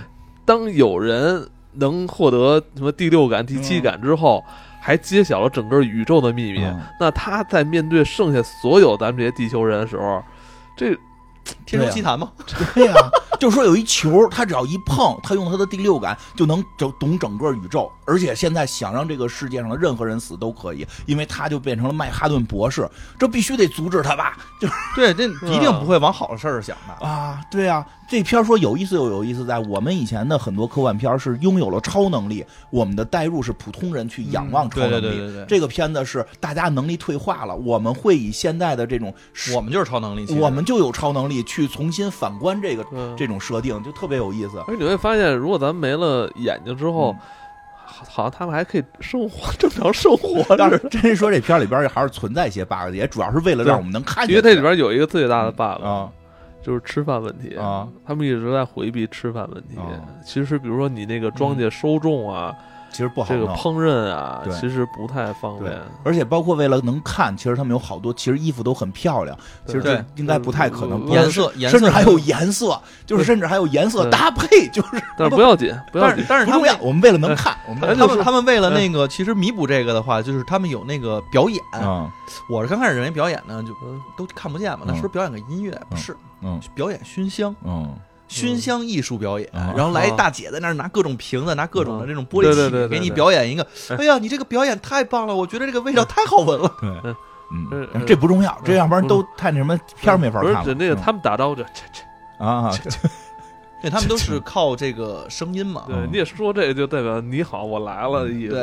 当有人能获得什么第六感、第七感之后，还揭晓了整个宇宙的秘密，
嗯
那他在面对剩下所有咱们这些地球人的时候，这
天书奇谭 嘛，
对呀、 就说有一球，他只要一碰，他用他的第六感就能就懂整个宇宙。而且现在想让这个世界上的任何人死都可以，因为他就变成了曼哈顿博士，这必须得阻止他吧？就是
对，这一定不会往好的事儿想的。
啊，对啊，这片儿说有意思又有意思在，我们以前的很多科幻片儿是拥有了超能力，我们的代入是普通人去仰望超能力。
对对对对对
这个片子是大家能力退化了，我们会以现在的这种
我们就是超能力，其实
我们就有超能力去重新反观这个
嗯
这种设定，就特别有意思。
而且你会发现，如果咱们没了眼睛之后，
嗯
好好像他们还可以生活， 正常生 活
但
似
是
的。
真是说这片儿里边儿还是存在一些 bug，也主要是为了让我们能看
因
见。
为它里边有一个最大的 bug，、
啊
就是吃饭问题
啊，
他们一直在回避吃饭问题。
啊嗯
其实，比如说你那个庄稼收种啊，
其实不好
这个
弄。
烹饪啊
对，
其实不太方便
对。，而且包括为了能看，其实他们有好多，其实衣服都很漂亮，其实
对
这应该不太可能
嗯。
颜色颜色
甚至还有颜色，就是甚至还有颜色
对
搭配，就是
但是不要紧，不要
但是
紧。
但是
不
他
重
们
要。我们为了能看，我们
哎咱
他
为
就
了
是
们他们为了
嗯
那个，其实弥补这个的话，就是他们有那个表演。
嗯
我是刚开始认为表演呢，就呃
嗯
都看不见嘛，那
嗯
是不是表演个音乐？不是，
嗯
表演熏香，
嗯
熏香艺术表演。
啊
然后来一
啊
大姐在那儿拿各种瓶子，拿各种的
嗯
这种玻璃
对对对
器，
对
给你
对
表演一个。
哎
哎呀，你这个表演太棒了，我觉得这个味道太好闻 了。
对
嗯
嗯
嗯，
但是这不重要，这要不然
嗯
都太那什么片儿没法
不
看
是
了。
那个
嗯
他们打招呼，这这这，
啊，
对他们都是靠这个声音嘛。
对，你也说这就代表你好，我来了的意思。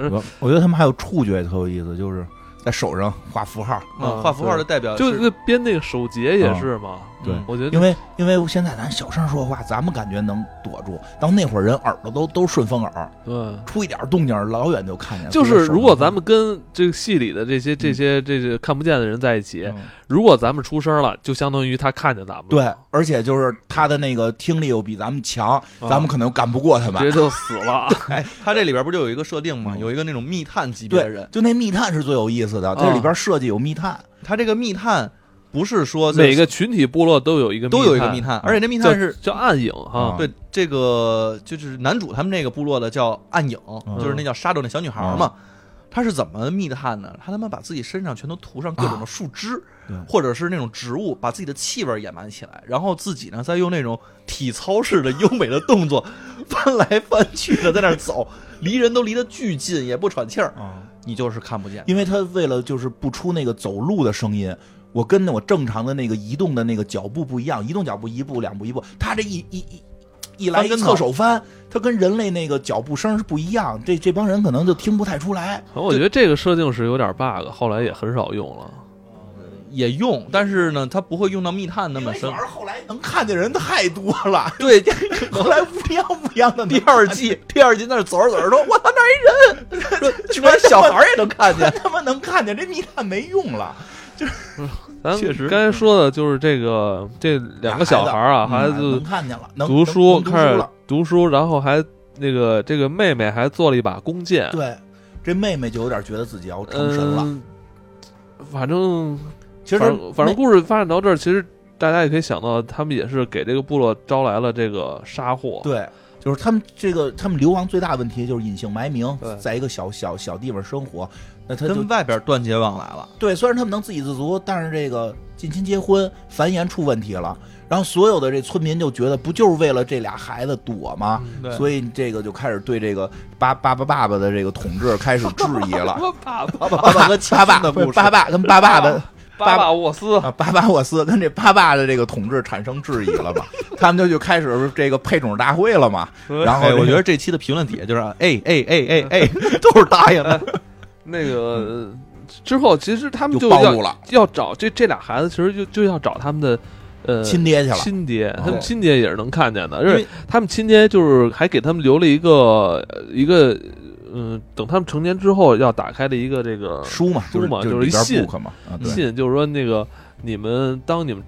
是
我我觉得他们还有触觉也特有意思，就是在手上画符号，
嗯，
啊
画符号
对
的代表
就是那编那个手结也是嘛，
对
我觉
因
得
为因为现在咱小声说话，咱们感觉能躲住，到那会儿人耳朵都都顺风耳，
对。
出一点动静儿老远就看见。
就是如果咱
们
们跟这个戏里的这些这些这些看不见的人在一
嗯
起，如果咱们出声了，就相当于他看见咱们了，
对，而且就是他的那个听力又比咱们强，咱们可能干不过他
啊直接
们。
就死了。
哎，他这里边不就有一个设定嘛，
嗯
有一个那种密探级别的
对
人，，
就那密探是最有意
啊
思的，这里边设计有密探，
他这个密探不是说就是
每个群体部落都有一个
都有一个密
密探，
探，而且这密
叫
探是嗯
叫暗影哈，
啊
对这个就是男主他们那个部落的叫暗影，
嗯
就是那叫沙洲那小女孩嘛。她是怎么密探呢？她他妈把自己身上全都涂上各种的树枝
对，
或者是那种植物，把自己的气味掩埋起来，然后自己呢再用那种体操式的优美的动作 翻来翻去的在那儿走，离人都离得巨近，也不喘气儿，你就是看不见。
因为他为了就是不出那个走路的声音，我跟我正常的那个移动的那个脚步不一样，移动脚步一步两步一步，他这一一一一来
翻
一
跟头
侧手翻，他跟人类那个脚步声是不一样，这这帮人可能就听不太出来。
反正我觉得这个设定是有点 bug，后来也很少用了。
也用，但是呢，他不会用到密探那么深
因为。主要是后来能看见人太多 了，
对，
后来乌泱乌泱的
第
那
二季，第二季那儿走着走着说，我操，那儿一人， 说全小孩儿也能看 见。
他妈能看见，这密探没用了。
咱
确实嗯
刚才说的就是这个这两个小孩儿啊，
俩孩
孩
子嗯
子
能看见了，能
读
书
书开始
了。
读书，然后还那个这个妹妹还做了一把弓箭，
对，这妹妹就有点觉得自己要成神了。
嗯，反正
其实
反正反正故事发展到这儿，其实大家也可以想到，他们也是给这个部落招来了这个杀祸。
对，就是他们这个他们流亡最大的问题就是隐姓埋名
对，
在一个小小小地方生活，那他就
跟外边断绝往来了，
对，虽然他们能自给自足，但是这个近亲结婚繁衍出问题了，然后所有的这村民就觉得不就是为了这俩孩子躲吗？
嗯
嗯
对
所以这个就开始对这个爸爸爸爸爸的这个统治开始质疑了。
我爸爸
爸爸爸爸和亲
爸爸
亲的故事，啊
爸爸跟爸爸的
巴巴沃斯，
啊，巴巴沃斯跟这巴巴的这个统治产生质疑了嘛？他们就就开始这个配种大会了嘛？然后
哎，
这个
我觉得这期的评论底下就是啊哎哎哎哎 哎，都是答应的，
那个之后，其实他们
嗯就
就
暴
要
露了
要找这这俩孩子，其实就就要找他们的呃
亲爹去了。哦
亲爹，他
对
们亲爹也是能看见的，而
因
且
为
他们亲爹就是还给他们留了一个呃一个，嗯、等他们成年之后要打开的一个这个
书嘛，
嗯书嘛
就是
就是一
里边
信
book 嘛，啊，对
信，就是说那个你们当你们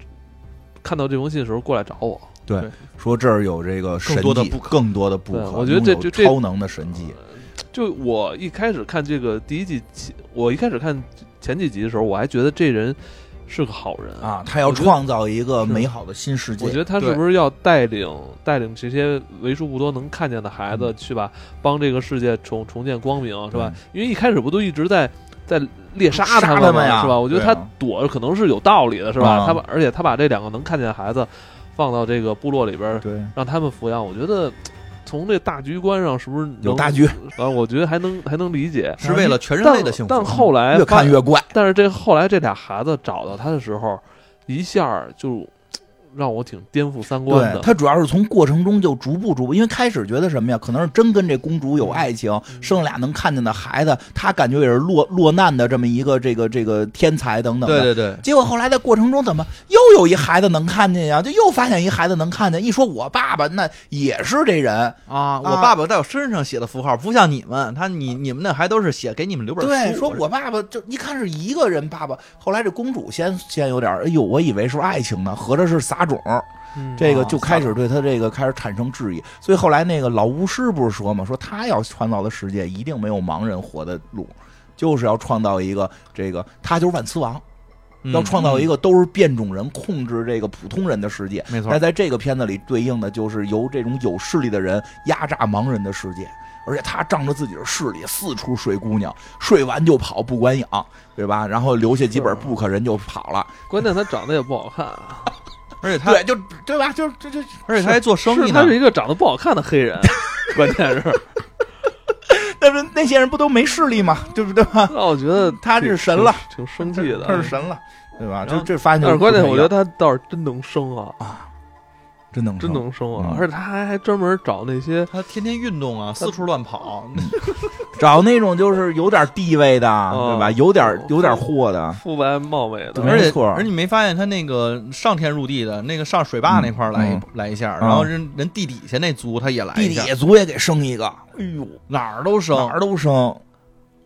看到这封信的时候过来找我。
对
对，
说这儿有这个神
更多的
迹
book
更多的 book，啊
我觉得这
拥有
这这嗯
超能的神迹，
就我一开始看这个第一季，前我一开始看前几集的时候，我还觉得这人是个好人。
啊，他要
我觉得
创造一个美好的新世
我觉
界。
得他是不是要带领带领这些为数不多能看见的孩
嗯
子去吧，帮这个世界重重见光明，是吧？因为一开始不都一直在在猎杀
杀
们
他们
吗？
呀
是吧？我觉得
对啊
他躲可能是有道理的，是吧？
啊
他把而且他把这两个能看见的孩子放到这个部落里边，
对，
让他们抚养，我觉得从这大局观上是不是能
有大局，
反正我觉得还能还能理解。
是为了全人
但
类的幸福。
但后来
哎越看
发
越怪。
但是这后来这俩孩子找到他的时候，一下儿就嘖让我挺颠覆三观
对
的。
他主要是从过程中就逐步逐步，因为开始觉得什么呀，可能是真跟这公主有爱情，
嗯
生了俩能看见的孩子，他感觉也是落落难的这么一个这个这个天才等等的。
对对对，
结果后来在过程中怎么又有一孩子能看见呀？就又发现一孩子能看见，一说我爸爸那也是这人，
啊，我
啊
爸爸在我身上写的符号，不像你们，他你你们那还都是写给你们留本书。
对，说我爸爸就一看是一个人爸爸。后来这公主先先有点儿，哎呦，我以为是爱情呢，合着是撒八种，
嗯
这个
啊
就开始对他这个开始产生质疑。所以后来那个老巫师不是说嘛，说他要创造的世界一定没有盲人活的路，就是要创造一个这个他就是万磁王，
嗯
要创造一个都是变种人控制这个普通人的世界。
没错
那，在这个片子里对应的就是由这种有势力的人压榨盲人的世界，而且他仗着自己的势力四处睡姑娘，睡完就跑不管养，对吧？然后留下几本
是
book 人就跑了，
关键他长得也不好看啊，
而且他
对，就对吧？就这这
而且他还做生意
是
呢
他，是一个长得不好看的黑 人，关键是
那不那些人不都没势力吗？对不对吧？
让我觉 得
他是神了
挺，挺生气的。
他是神了，对吧？
然
这
后
这发现就
但是
是
关键，我觉得
他
他倒是真能生啊，
真能
真能生啊
嗯，
而且他还还专门找那些
他天天运动啊，四处乱跑，
找那种就是有点地位的，
哦
对吧？有点有点货的，
肤白貌美的
啊对，
而
没
且
错
而你没发现他那个上天入地的那个上水坝那块儿来一、
嗯
来一下，
嗯
然后人人地底下那族他也来
地
一下，
底族也给生一个，哎呦，
哪儿都生。
哪儿都生，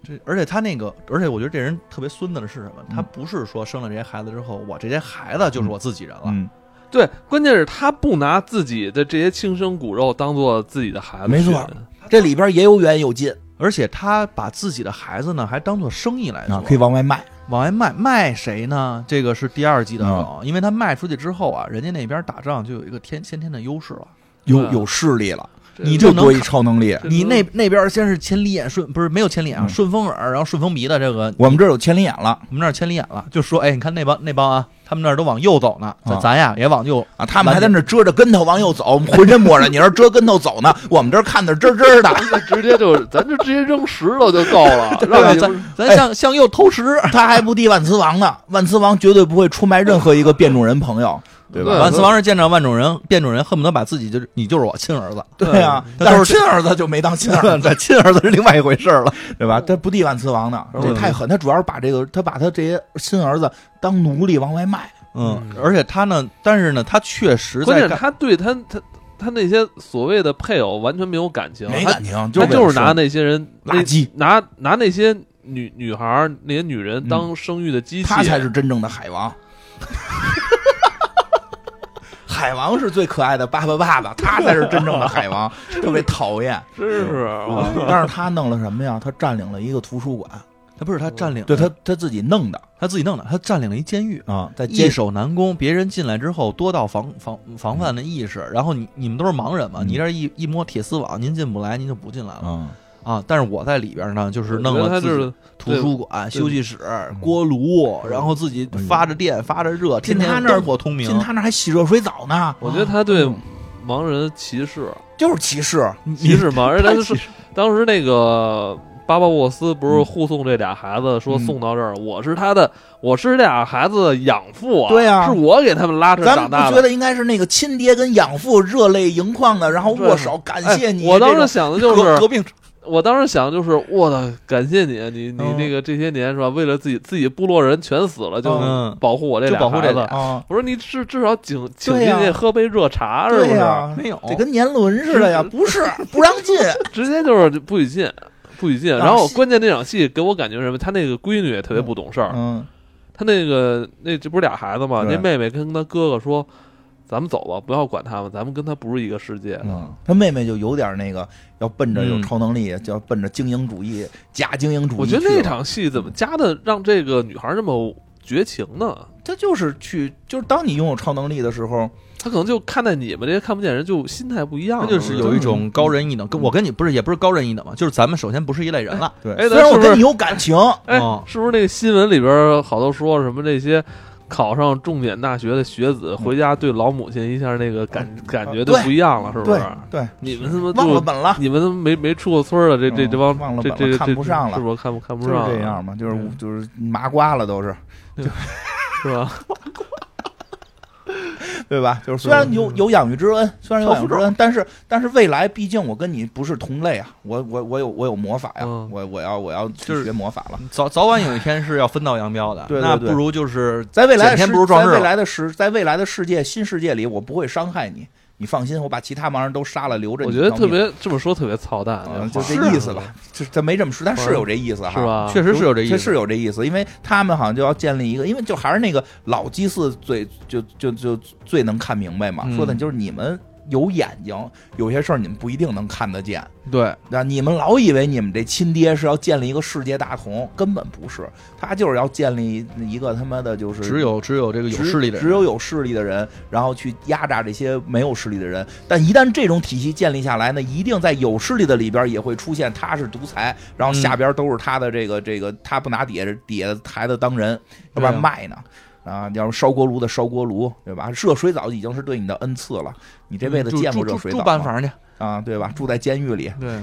这而且他那个，而且我觉得这人特别孙子的是什么？
嗯
他不是说生了这些孩子之后，我这些孩子就是我自己人了。
嗯，
对，关键是他不拿自己的这些亲生骨肉当做自己的孩子，
没错，这里边也有远有近
而且他把自己的孩子呢，还当做生意来做，
啊，可以往外卖。
往外卖，卖谁呢？这个是第二季的梗，
啊
因为他卖出去之后啊，人家那边打仗就有一个天先天的优势了。
有
对啊
有势力了，
这
你
就
能
多一
看
超能力。
这
你
都
那那边先是千里眼顺，不是没有千里眼啊，
嗯
顺风耳，然后顺风鼻的这个，
我们这儿有千里眼了
我们那儿千里眼了，就说哎，你看那帮那帮啊，他们那儿都往右走呢，咱
啊
咱呀也 往右，
啊，他们还在那儿遮着跟头往右走，我们浑身摸着泥儿遮跟头走呢。我们这儿看的真真的，
咱直接就咱就直接扔石头就够 了，
对吧
啊
让你
咱咱向向右偷食，
他还不敌万磁王呢。万磁王绝对不会出卖任何一个变种人朋友，对吧？
对
万磁王是见着万种人，变种人恨不得把自己就是你就是我亲儿子，
对啊，
对
但是亲儿子就没当亲儿子，
对，亲儿子是另外一回事儿了。
对吧？他不敌万磁王呢，
嗯
这太狠。他主要是把这个，他把他这些亲儿子当奴隶往外卖，
嗯，而且他呢，但是呢，他确实
关
在
键
看，
他对他他他那些所谓的配偶完全没有感情，
没
他
感情，
他
是为
就
了
是拿
生
那些人
垃圾，
那拿拿那些女女孩儿那些女
嗯
人当生育的机器，
他才是真正的海王。 海王是最可爱的巴巴爸爸，他才是真正的海王，特别讨厌。
真是啊哇
但是他弄了什么呀？他占领了一个图书馆，
他不是他占领，
对他他自己弄的
他自己弄的，他占领了一监狱。
啊，在
易
监
守难攻，别人进来之后多到防防防范的意识，然后你你们都是盲人嘛，
嗯
你这一一摸铁丝网，您进不来，您就不进来了
啊，
啊。但是我在里边呢，就是弄
我觉得他
了自
就
己
是
图书馆、
对
休息室、锅炉，然后自己
哎呦
发着电、发着热，
进
天天
他那儿
灯火通明
进。他那儿还洗热水澡呢，
我觉得他对盲人歧 视，
就是歧视。
你
歧视盲人，
太
他就是
歧视
当时那个巴巴沃斯
嗯
不是护送这俩孩子，说
嗯
送到这儿，我是他的，我是这俩孩子的养父啊，
对啊
是我给他们拉扯
咱
长
们不
大
觉
的。
得应该是那个亲爹跟养父热泪盈眶的，然后握手感谢你。
哎我当
这
时
种
想的就
合
是
合，并
我当时想的就是，我的感谢你，你你
嗯
那个这些年是吧，为了自己自己部落人全死了，就
嗯
保护我这
就
俩
保护这
孩子
俩
啊，
我说你至至少请请
对
进
呀
去喝杯热茶是不
对
是？
呀，
没有
得跟年轮似的呀，
哦是
不是不让进。
直接就是不许进，不许进。
啊
然后
是
关键那场戏给我感觉是什么？他那个闺女也特别不懂事儿，
嗯，
他那个那这不是俩孩子吗？
对
那妹妹跟他哥哥说：“咱们走吧，不要管他们，咱们跟他不是一个世界。
嗯，他妹妹就有点那个，要奔着有
嗯
超能力，就要奔着精英主义、假精英主义。
我觉得那，场戏怎么加的让这个女孩这么绝情呢？
他就是去，就是当你拥有超能力的时候，
她可能就看待你们这些看不见人就心态不一样
他
了，
就是有一种高人一等，跟我跟你不是也不是高人一等嘛，就是咱们首先不是一类人了。
对，
哎
虽然
咱
我
是不是
跟你有感情，
哎
嗯
哦，
是不是那个新闻里边好多说什么那些考上重点大学的学子回家对老母亲一下那个感感觉就
对
不一样了，是不
嗯对
是？
对，
你们他妈
忘了
就
本了。
你们他妈没没出过村儿的这这
嗯
这帮
忘了
这
本
这
了
这
看不上了
是不是看不看不
就是
上
这样嘛，就是
嗯
就是麻瓜了，都是
是吧？
对吧？就是虽然
嗯
有有养育之恩，虽然有养育之恩，但是但是未来毕竟我跟你不是同类啊，我我我有我有魔法呀，
嗯
我我要我要
就
去
是
学魔法了。
早早晚有一天是要分道扬镳的，
对对
那
对
不如就是
在未来
捡
的
天
世
不如撞日
在
了
未来的世，在未来的世界新世界里，我不会伤害你，你放心，我把其他盲人都杀了，留着
我
你
觉得
当
特
面
别这么说特别操蛋，
啊，
这
就
话
这意思吧。就他没这么说，但是有这意思哈，
是吧
啊确实是有这意
确
思，
实有这意思，因为他们好像就要建立一个，因为就还是那个老祭祀最就就就最能看明白嘛，
嗯
说的就是你们有眼睛，有些事儿你们不一定能看得见。
对，
那你们老以为你们这亲爹是要建立一个世界大同，根本不是，他就是要建立一个他妈的，就是
只有只有这个有势力的
只
人，
有有势力的人，然后去压榨这些没有势力的人。但一旦这种体系建立下来呢，一定在有势力的里边也会出现他是独裁，然后下边都是他的这个、这个，他不拿底下底下的孩子当人，要不
对
然
啊
卖呢。啊，要是烧锅炉的烧锅炉，对吧？热水澡已经是对你的恩赐了，你这辈子
住
见过
嗯住
热
住
水
住
澡
板
吗？
房去，
啊，对吧？住在监狱里，
对，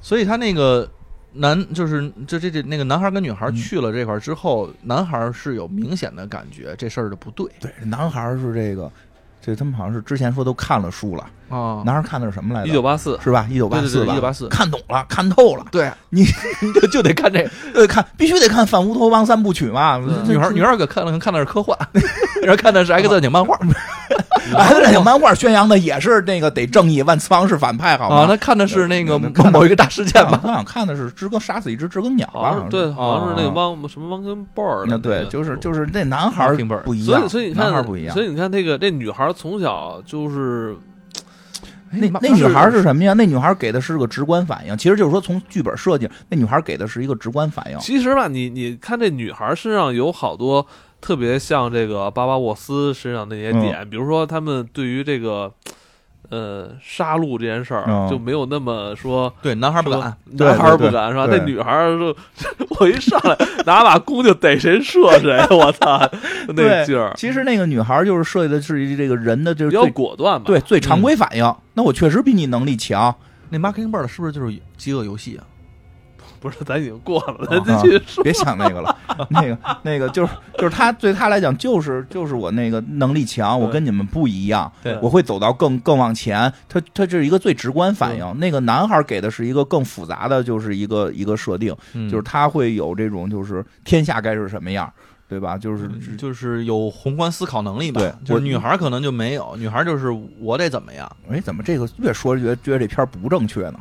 所以他那个男就是这这这那个男孩跟女孩
嗯
去了这块儿之后，男孩是有明显的感觉这事儿的不对
对，男孩儿是这个，这他们好像是之前说都看了书了，
啊，
男孩儿看的是什么来
一九
着？
八四，
是吧？一九
对
八
对
四
对，
吧，
一九八四，
看懂了，看透了，
对，
你
就就得看这个
呃，看必须得看《反乌托邦三部曲》嘛。
女孩女
孩
孩可看了看的是科幻， 然后看的是 X 战警漫画
哎，那个漫画宣扬的也是那个得正义，万磁王是反派，好
啊，
吗？
他看的是那个
嗯看的啊
某一个大事件
看
吧，
我想看的是知更杀死一只知更鸟
好像
吧
是？哦对，好像是那个
啊
汪什么汪根豹儿的
那
那
嗯对
个，
就是就是那男孩儿
Mockingbird
不一
所以
样，
所以你
男孩儿
看
不一样
所。以你看那个那女孩从小就是
那
哎
那
妈
女孩儿是什么呀？那女孩儿给的是个直观反应，其实就是说从剧本设计，那女孩儿给的是一个直观反应。
其实吧，你你看这女孩身上有好多特别像这个巴巴沃斯身上那些
嗯
点，比如说他们对于这个呃杀戮这件事儿、
嗯
就没有那么说。
对，男孩不
说
敢，
对
男孩儿
对
不敢是吧？
对
那女孩儿就 我一上来拿把弓就逮谁射谁，我 操，那
对
劲儿
其实那个女孩儿就是设计的是一这个人的，就
比
是
较
最
果断嘛。
对最常规反应。那我确实比你能力强，
那 Mockingbird 是不是就是饥饿游戏啊？
不是咱已经过了，
啊
咱继续说。
别想那个了，那个那个就是就是他对他来讲就是就是我那个能力强，我跟你们不一样
对，
我会走到更更往前。他他这是一个最直观反应。那个男孩给的是一个更复杂的，就是一个一个设定，
就
就是他会有这种就是天下该是什么样，对吧？就是
嗯就是有宏观思考能力吧。
对
就是
我
女孩可能就没有，女孩就是我得怎么样，
哎，怎么这个越说越觉得这片儿不正确呢？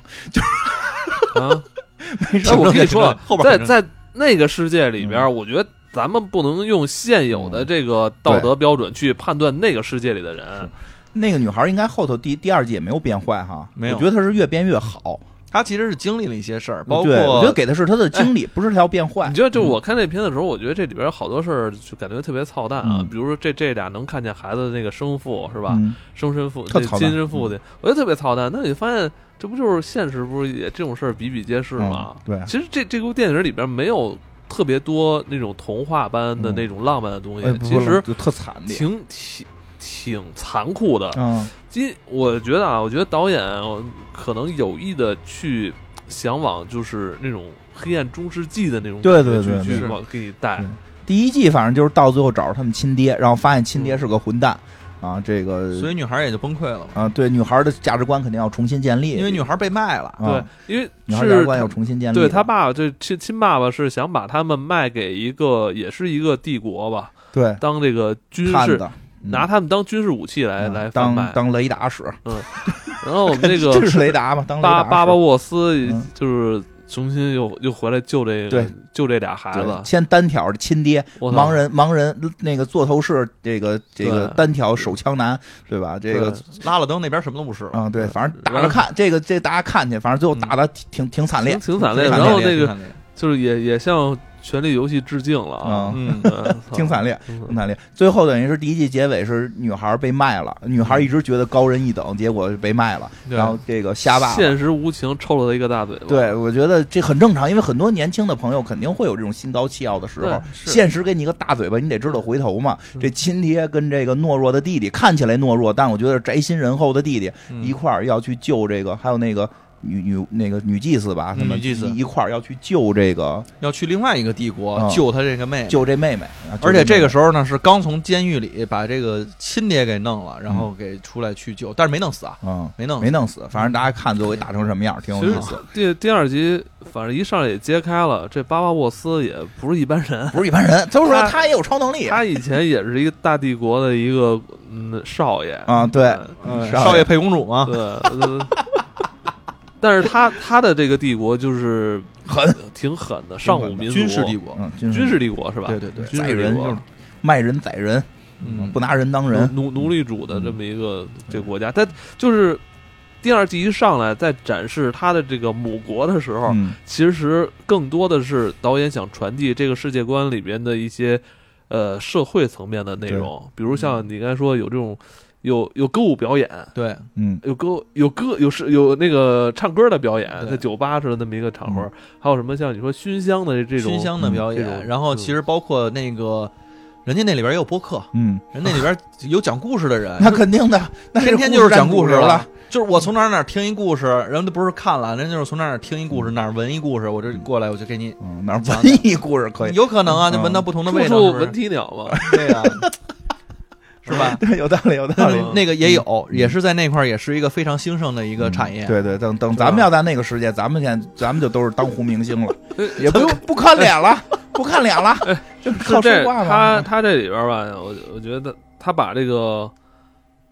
啊，
没
哎，
事，
我跟你说啊，
后边
在
反正
在那个世界里
嗯
边儿，我觉得咱们不能用现有的这个道德标准去判断那个世界里的人。
那个女孩应该后头第第二季也没有变坏哈，
没有
我觉得她是越变越好。
她其实是经历了一些事儿，包括
对我觉得给的是她的经历，不是她要变坏
你。觉得，就我看这片的时候，我觉得这里边好多事儿就感觉特别操蛋啊
嗯，
比如说这这俩能看见孩子的那个生父是吧？
嗯
生身父
特
那
操蛋嗯
亲生父亲，我觉得特别操蛋。那你发现这不就是现实不是也这种事儿比比皆是吗？
嗯对
其实这这部电影里边没有特别多那种童话般的
嗯
那种浪漫的东
哎
西，
不
其实
就特惨烈。
挺挺挺残酷的。
嗯
今我觉得啊，我觉得导演可能有意的去想往就是那种黑暗中世纪的那种
对
感觉
对对嗯
去去
是
往给你带
对，第一季反正就是到最后找着他们亲爹，然后发现亲爹是个混蛋啊，这个
所以女孩也就崩溃了嘛，
啊，对女孩的价值观肯定要重新建立，
因为女孩被卖了。
对
啊，
因为
女孩价值
是
观要
他
重新建立，
对他爸这亲亲爸爸是想把他们卖给一个也是一个帝国吧，
对
当这个军
汉
事
子嗯
拿他们当军事武器来
嗯
来贩卖
当，当雷达 使，
然后我 们这个
这是雷达嘛，当雷
巴
达
巴巴
使
沃斯
嗯
就是重新又又回来救这个
对
救这俩孩
对
子，
先单挑亲爹，
我操
盲人盲人那个座头市，这个这个
对
单挑手枪男，对吧？这个
对
拉了灯那边什么都不是了，
啊，对，反正打
然
着
后嗯
看，这个这大家看去，反正最后打的挺挺惨烈
挺，挺惨烈
对
的。
挺
然后
那
那个
个，
就是也也向《权力游戏》致敬了啊，
嗯，
嗯
挺惨烈。
嗯
生产力。最后等于是第一季结尾是女孩被卖了，女孩一直觉得高人一等，结果被卖了，
嗯对
然后这个瞎霸了。
现实无情，抽了他一个大嘴巴。
对，我觉得这很正常，因为很多年轻的朋友肯定会有这种心高气傲的时候
对。
是嗯
现实给你一个大嘴巴，你得知道回头嘛。这亲爹跟这个懦弱的弟弟看起来懦弱，但我觉得是宅心仁厚的弟弟
嗯
一块儿要去救这个，还有那个女女那个女祭司吧，他们
女祭司
一块儿要去救这个
要去另外一个帝国
啊
救他这个妹妹。
救这妹妹，啊
而且这个
救
时候呢，是刚从监狱里把这个亲爹给弄了，然后给出来去救，但是没弄死啊，
这妹妹嗯
嗯没弄
没
死。
弄死，反正大家看最后打成什么样，挺有
其
意
实
思。
第第二集，反正一上来也揭开了，这巴巴沃斯也不是一般人，
不是一般人，就是说
他
他也有超能力
他以前也是一个大帝国的一个嗯少爷
啊，对，
嗯
嗯
少爷
少爷配公主嘛，
对，呃 但是他他的这个帝国就是
狠，
挺狠的，上古民族
军事帝国，
嗯，
军
是
事帝国是吧？
对对对
军
宰
事
人
帝
就是
国。
卖人宰人，
嗯，
不拿人当人，
奴奴奴隶主的这么一个这个国家，但就是第二季一上来在展示他的这个母国的时候，
嗯
其实更多的是导演想传递这个世界观里边的一些呃社会层面的内容，比如像你刚才说有这种有有歌舞表演，
对，
嗯
有歌有歌有是有那个唱歌的表演，
对
在酒吧似的那么一个场
嗯
合，还有什么像你说熏香的这种
熏香的表
这
演，
种
然后其实包括那个人家那里边也有播客，
嗯，
人那里边有讲故事的人，
那肯定的，那
哎天天就是讲故事
事了。，
就是我从哪儿哪儿听一故事，人家不是看了，人家就是从哪儿哪儿听一故事，哪儿闻一故事，我这过来我就给你，
嗯，哪儿文艺故事可以？
有可能啊，
嗯
就闻到不同的
处
味道，
处
是不是
闻啼鸟嘛，
对呀，是 吧？
对，有道理，有道理。
嗯
那个也有，也是在那块儿，也是一个非常兴盛的一个产业。
嗯对对，等等，
是吧
咱们要在那个世界，咱们现在咱们就都是当红明星了，
呃
也不用不看脸了，不看脸了，就是
是
靠
这
说话
他
嘛。
他这里边吧，我我觉得他把这个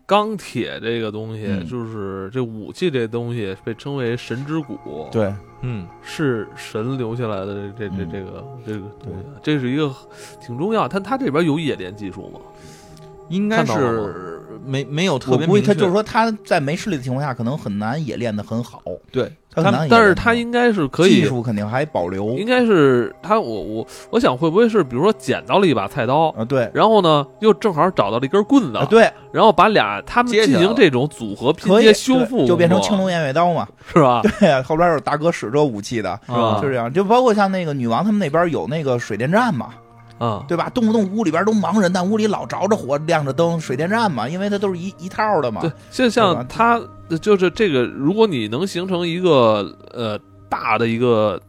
钢铁这个东西，
嗯
就是这武器这东西被称为神之骨，，
对，
嗯，
是神留下来的这这这
嗯
这个、这个东西，啊这是一个挺重要。他他这边有冶炼技术吗？
应该
看到了
是没没有特
我
别明
估
确。
计他就是说他在没视力的情况下，可能很难也练得很好，
对，
他很难也练得很好。
但是他应该是可
技
以，
术肯定还保留
应该是他我我我想会不会是比如说捡到了一把菜刀，
啊，对
然后呢又正好找到了一根棍子，
啊，对，
然后把俩他们
接起
进
来
行
了
这种组合拼
可以
接修
对
复，
就变成青龙偃月 刀嘛。
是吧？
对，后边有大哥使这武器的，
是吧
啊
就这样。就包括像那个女王他们那边有那个水电站嘛，
啊，
对吧？动不动屋里边都盲人，但屋里老着着火，亮着灯，水电站嘛，因为它都是一一套的嘛。
对，就
吧
像它就是这个，如果你能形成一个呃大的一个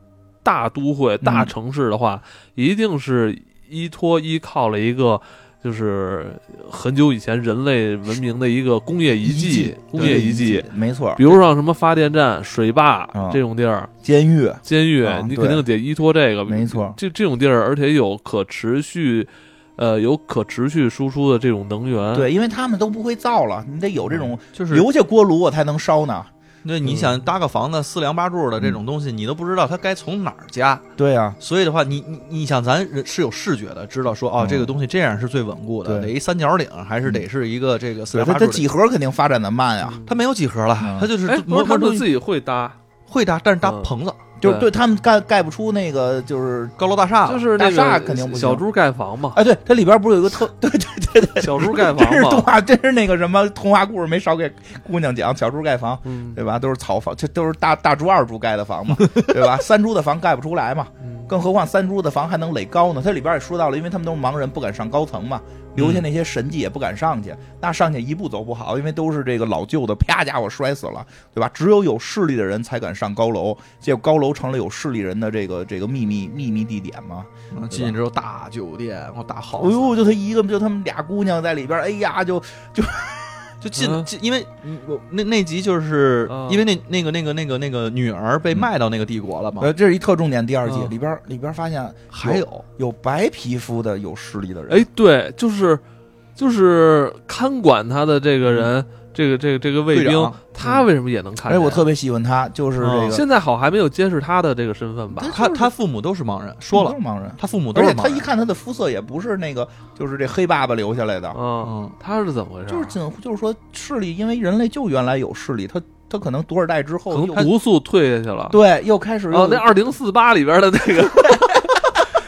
大都会、
嗯
大城市的话，一定是依托依靠了一个。就是很久以前人类文明的一个工业遗迹，工业遗迹，，
没错
比。如像什么发电站、水坝、
啊
这种地儿，
监狱，
监狱，
啊
你
对
肯定得依托这个，
没错
这这种地儿，而且有可持续，呃，有可持续输出的这种能源，
对，因为他们都不会造了，你得有这
嗯
嗯种
就是
留下锅炉我才能烧呢。
对，你想搭个房子四梁八柱的这
嗯
种东西，你都不知道它该从哪儿加。
对啊，
所以的话，你你你想，咱人是有视觉的，知道说哦，
嗯
这个东西这样是最稳固的，
对嗯
得一三角顶，还是得是一个这个四
对，
梁
它
八
它
柱
几
的。
何肯定发展的慢啊。
嗯
它没有几何了
嗯，
它就是
哎，不
磨
是他
磨
们
出
自己会搭，
会搭，但是搭
嗯
棚子、
就是对他们盖盖不出那个就是，
高楼大厦了，
就是那
大
个
厦肯定不行
小猪盖房嘛，
哎，对，它里边不是有一个特 对对对哎对，
小猪盖
真
房
是动
嘛，
画，真是那个什么童话故事没少给姑娘讲，小猪盖房。
嗯，
对吧？都是草房，这都是大大猪、二猪盖的房嘛，对吧？三猪的房盖不出来嘛，
嗯
更何况三猪的房还能垒高呢？它里边也说到了，因为他们都是盲人，不敢上高层嘛，
嗯
留下那些神迹也不敢上去，那上去一步走不好，因为都是这个老旧的，啪家伙摔死了，对吧？只有有势力的人才敢上高楼，结果高楼成了有势力人的这个这个秘密秘密地点嘛。
嗯进去之后大酒店，然后大
哎
豪
呦，就他一个，就他们俩姑娘在里边，哎呀，就
哦就进
嗯
进，因为嗯我那那集就是
嗯
啊
因为那那个那个那个那个女儿被卖到那个帝国了嘛，
呃，这是一特重点，第二季
嗯
里边里边发现
还有
有白皮肤的有势力的人，
哎，对，就是就是看管他的这个人，这个这个这个卫
队
兵
长，
他为什么也能看
哎，
见？啊
我特别喜欢他，就是这
嗯
个
现在好还没有揭示他的这个身份吧？
他他父母都是盲人，说了
都是盲人，
他父母都
嗯而
是
且
盲人，
他一看他的肤色也不是那个，就是这黑爸爸留下来的，
嗯，
啊
嗯，
他是怎么回事？
就是仅就是说视力，因为人类就原来有视力，他他可能多少代之
可
后
能
又
毒素退下去了。
对又开始又、
哦，那二零四八里边的那个，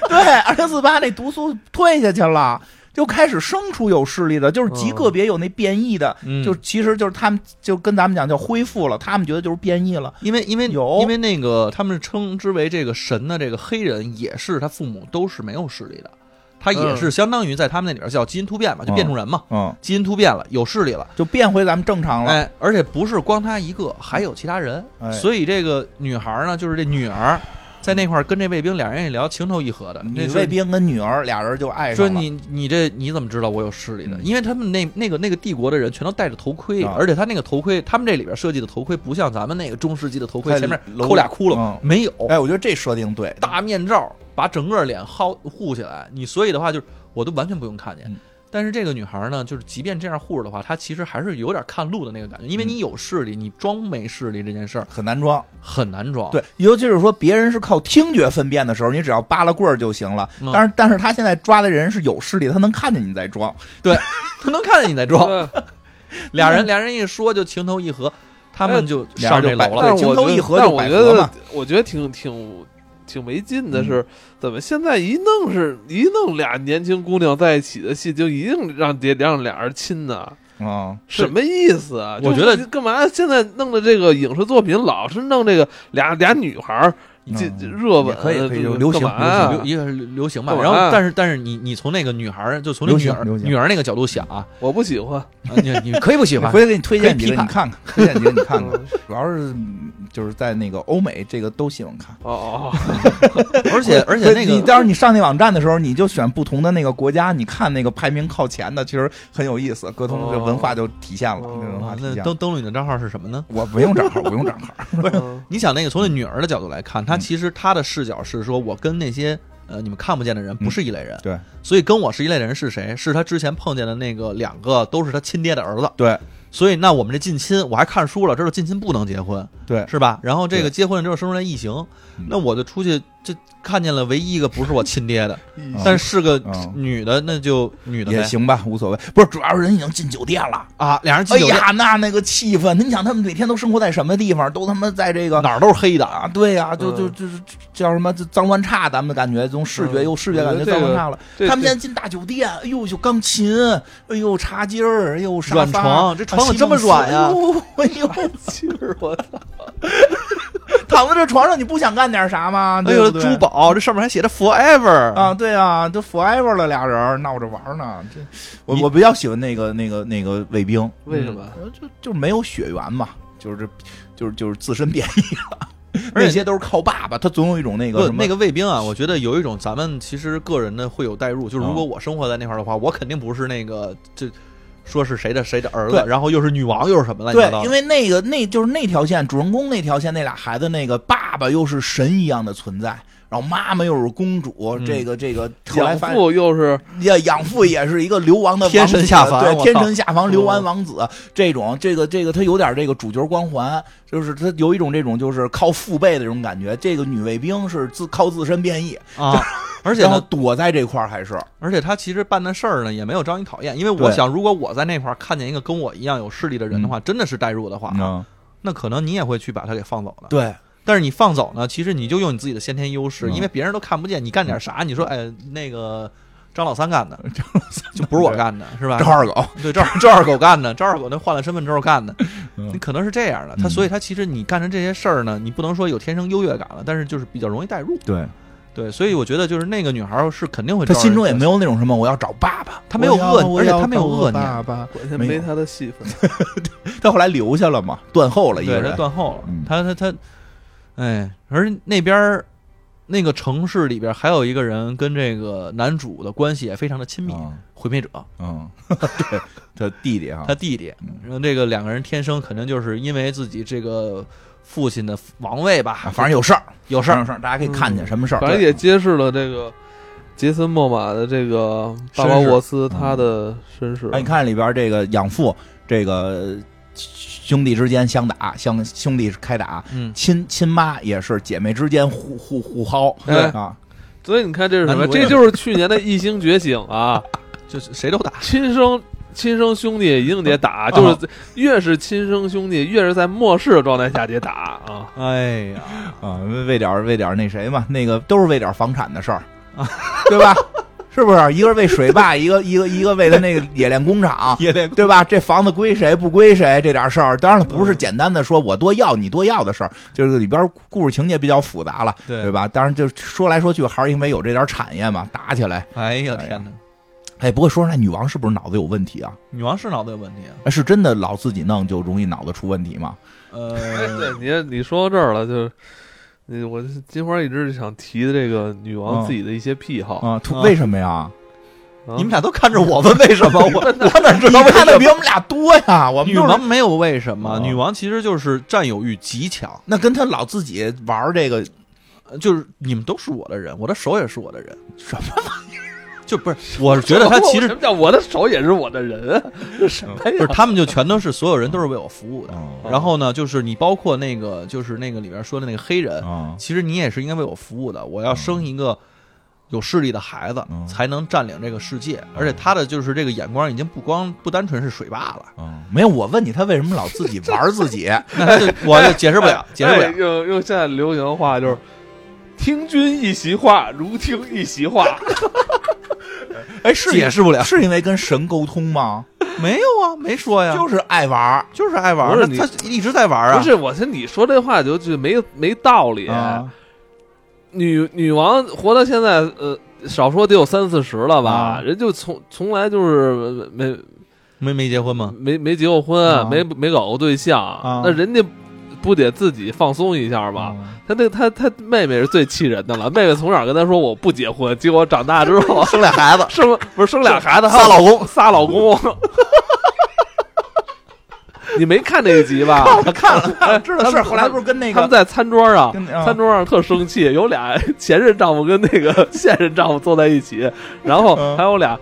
对二零四八那毒素退下去了。就开始生出有视力的，就是极
嗯
个别有那变异的，
嗯
就其实就是他们就跟咱们讲叫恢复了，他们觉得就是变异了，
因为因为
有
因为那个他们称之为这个神的这个黑人也是他父母都是没有视力的，它也是相当于在他们那里边叫基因突变嘛，就变种人嘛，
嗯，
基因突变了，有势力了。
就变回咱们正常了。
哎，而且不是光他一个，还有其他人。
哎
所以这个女孩呢，就是这女儿，在那块儿跟这卫兵俩人一聊，情投意合的。
你
这
卫兵跟女儿俩人就爱上
说
了，
你你这你怎么知道我有势力的？
嗯
因为他们那那个那个帝国的人全都戴着头盔，
啊
而且他那个头盔，他们这里边设计的头盔不像咱们那个中世纪的头盔，
太
前面
柔
扣俩窟窿，
嗯
没有
哎，我觉得这设定对，
大面罩把整个脸薅护起来。你所以的话就是我都完全不用看见。
嗯
但是这个女孩呢，就是即便这样护着的话，她其实还是有点看路的那个
嗯
感觉，因为你有势力，你装没势力这件事儿
很难装。
很难装。
对，尤其是说别人是靠听觉分辨的时候，你只要扒拉棍儿就行了。
嗯
但是，但是他现在抓的人是有视力，他能看见你在装。
她能看见你在装。
对
俩人俩人一说就情投意合，他们就上这
哎俩人
楼
就摆
了。
但是我
情投意合
觉得但
就
我
百
觉
合嘛嗯
得，我觉得挺挺挺没劲的是，怎么现在一弄是一弄俩年轻姑娘在一起的戏，就一定让得让俩人亲呢？
嗯，
什么意思啊？
我
就
觉得
是干嘛现在弄的这个影视作品老是弄这个俩俩女孩儿这
嗯
这热吻，
也可以可以
这个
流行
干嘛啊
流一个是流行吧，
干嘛
然后但是但是你你从那个女孩儿就从那
流
女
行
儿
流行
女儿那个角度想 啊，
我不喜欢。
啊你你可以不喜
我
欢
回，去给你推荐
可以
几个，
批判
你看看，推荐几个你看 看。主要是嗯就是在那个欧美，这个都喜欢看。
哦哦，
而且而且那
你
个
到时候你上那网站的时候，你就选不同的那个国家，你看那个排名靠前的，其实很有意思，各种的
哦
文化就体现了，
哦
这文化体
啊那
现了。
登登录你的账号是什么呢？
我不用账号，我不用账号。
哦
你想那个从那女儿的角度来看，她
嗯
其实她的视角是说我跟那些。呃，你们看不见的人不是一类人，
嗯对
所以跟我是一类人是谁？是她之前碰见的那个两个都是她亲爹的儿子，
对
所以那我们这近亲，我还看书了，知道近亲不能结婚，
对，
是吧？然后这个
对
结婚了之后生出来异形
嗯，
那我就出去就看见了唯一一个不是我亲爹的，
嗯
但是个
嗯
女的，那就女的
也
呗
行吧，无所谓。不是，主要是人已经进酒店了。
啊，俩人
哎
进酒店
呀，那那个气氛，你想他们每天都生活在什么地方？都他妈在这个
哪儿都是黑的啊，
啊，对呀、就就
嗯
就是叫什么就脏乱差，咱们的感觉从视觉
嗯
有视觉感
我觉
觉
得
脏
这个
乱差了。
这
他们现在进大酒店，哎呦，有钢琴，哎呦，茶几儿，哎呦，沙发
软床这床
啊
怎么这么
西蒙斯
软呀
哎呦， 哎呦，
这气 儿我操！
躺在这床上，你不想干点啥吗？
哎
对
呦，
不对
珠宝这上面还写着 forever
啊，，对啊，都 forever 了，俩人儿闹着玩儿呢。这我
你
我比较喜欢那个那个那个卫兵，
为什么？
呃就就没有血缘嘛，就是这就是就是自身变异了，
而且
那些都是靠爸爸，他总有一种那个
不，
什么
那个卫兵啊，我觉得有一种咱们其实个人的会有代入，
嗯
就是如果我生活在那块儿的话，我肯定不是那个这说是谁的谁的儿子
对，
然后又是女王又是什么乱七八
对
糟，的，
因为那个那就是那条线，主人公那条线，那俩孩子那个爸爸又是神一样的存在，然后妈妈又是公主，
嗯
这个这个后来
养
发现
父又是
也养父也是一个流亡的王子
天神下凡我
对
操
天神下凡嗯流亡王子这种，这个这个他有点这个主角光环，就是他有一种这种就是靠父辈的这种感觉。这个女卫兵是自靠自身变异，
啊，而且
然后
呢，
躲在这块儿还是
而且他其实办的事儿呢，也没有招你讨厌，因为我
对
想，如果我在那块儿看见一个跟我一样有势力的人的话，真的是代入的话，
嗯，
那可能你也会去把他给放走的。
对，
但是你放走呢，其实你就用你自己的先天优势，
嗯
因为别人都看不见你干点啥，你说哎那个张老三干 的，张老三就不是我干的，是吧？
赵二狗，
对，赵 赵二狗干的，赵二狗那换了身份之后干的，
嗯
你可能是这样的。他
嗯
所以他其实你干成这些事儿呢，你不能说有天生优越感了，但是就是比较容易代入。
对
对，所以我觉得就是那个女孩儿是肯定会
他
招人
心中也
喜欢
没有那种什么我要找爸爸，
他没有恶
我
而且
要
他没有恶念
我要找爸爸
关键
没
没
有
他的戏份。
他后来留下了嘛，断后了一个
对，他
人，
断后了，
嗯
他他他，哎，而那边儿那个城市里边儿还有一个人跟这个男主的关系也非常的亲密，
嗯
毁灭者
嗯， 对，他弟弟啊
他，弟弟，然后这个两个人天生肯定就是因为自己这个父亲的王位吧，
啊反正有事儿，
有
有
事儿，
事儿，嗯大家可以看见什么事儿，
反正也揭示了这个杰森·莫玛的这个
身
巴
世
巴沃斯他的身世。
嗯
哎，你看里边这个养父，这个兄弟之间相打，相兄弟开打，
嗯，
亲亲妈也是姐妹之间互互互薅，
哎
啊，
所以你看这是什么？
男主也
这就是去年的《异星觉醒》 啊，
就是谁都打，
亲生。亲生兄弟一定得打，
啊
就是越是亲生兄弟，越是在漠视的状态下得打啊！
哎呀，
啊，为点儿为点儿那谁嘛，那个都是为点儿房产的事儿，对吧？是是不是？一个是为水坝，一个一个一个为了那个冶炼工厂，
也得
对吧？这房子归谁不归谁这点事儿，当然了，不是简单的说我多要你多要的事儿，就是里边故事情节比较复杂了，
对
对吧？当然，就说来说去还是因为有这点产业嘛，打起来。
哎呀天哪，
哎，不过说出来，女王是不是脑子有问题啊？
女王是脑子有问题啊？
哎是真的老自己弄就容易脑子出问题吗？
呃，
哎对你你说到这儿了，就是你我金花一直想提的这个女王
嗯
自己的一些癖好，
啊，突
啊
为什么呀？
啊
你们俩都看着我们，为什么我我哪知
你
道为
看的
什
比
么？
我们俩多呀，我们
女
就是
王没有为什么，
啊
女王其实就是占有欲极强，
那跟他老自己玩儿这个
呃就是你们都是我的人，我的手也是我的人，
什么
就不是，我觉得他其
什
实嗯
么叫我的手也是我的人啊？这什么
不
呀
是，？他们就全都是所有人都是为我服务的。
啊
然后呢，就是你包括那个，就是那个里边说的那个黑人，
啊
其实你也是应该为我服务的。我要生一个有势力的孩子
嗯，
才能占领这个世界。而且他的就是这个眼光已经不光不单纯是水坝 了，
啊！没有，我问你，他为什么老自己玩儿自己？
那他就我就解释不了， 解释不
哎
了。
用用现在流行话就是“听君一席话，如听一席话
哎，是解释不了，
是因为跟神沟通吗？
没有啊，没说呀，
就是爱玩儿
就是爱玩
不
儿，
是
那
你
他一直在玩”。啊
不。是，我说你说这话就就没没道理。
啊
女女王活到现在，呃，少说得有三四十了吧？
啊
人就从从来就是没
没没结婚吗？
没没结过婚，
啊
没没搞过对象，
啊
那人家不得自己放松一下吗？
啊！
他那他他妹妹是最气人的了，妹妹从小跟他说我不结婚，结果长大之后，
生俩 孩子
生不是生俩孩子，
仨老公，
仨老公。你没看这一集吧？
我看了，看了知道
他们
是后来不是跟那
他们
个
在餐桌上
跟，啊
餐桌上特生气，有俩前任丈夫跟那个 现任丈夫坐在一起，然后
嗯
还有俩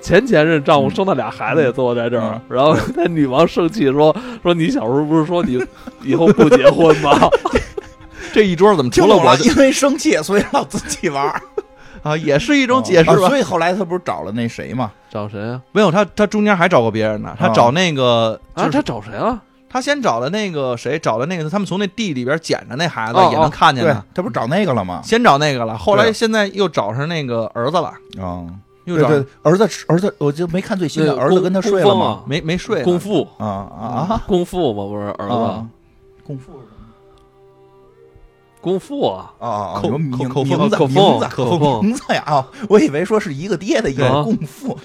前前任丈夫生的俩孩子也坐在这儿
嗯，
然后那女王生气说说你小时候不是说你以后不结婚吗？
这一桌怎么
听
除了
懂
我
了，
就
因为生气，所以老自己玩儿，
啊？也是一种解释
啊
吧。
所以后来他不是找了那谁嘛？
找谁啊？
没有他，他中间还找过别人呢，他
啊
找那个
啊，
就是
他找谁了？
他先找了那个谁，找了那个他们从那地里边捡着那孩子
哦
也能看见
对
的，，
他不是找那个了吗？
先找那个了，后
对
来现在又找上那个儿子了，
啊，
又
对
找
对，儿子儿子，我就没看最新
那
的
个
儿子
功
跟他睡了
功
吗？
夫啊
没没睡呢
功夫
啊啊
功夫嘛，不是
啊
儿子
啊！功夫
功夫啊，
啊啊！
口
有名
口口
名
风
字
口
名
风
字
口
口
风
名字呀啊！我以为说是一个爹的一个
啊
共父，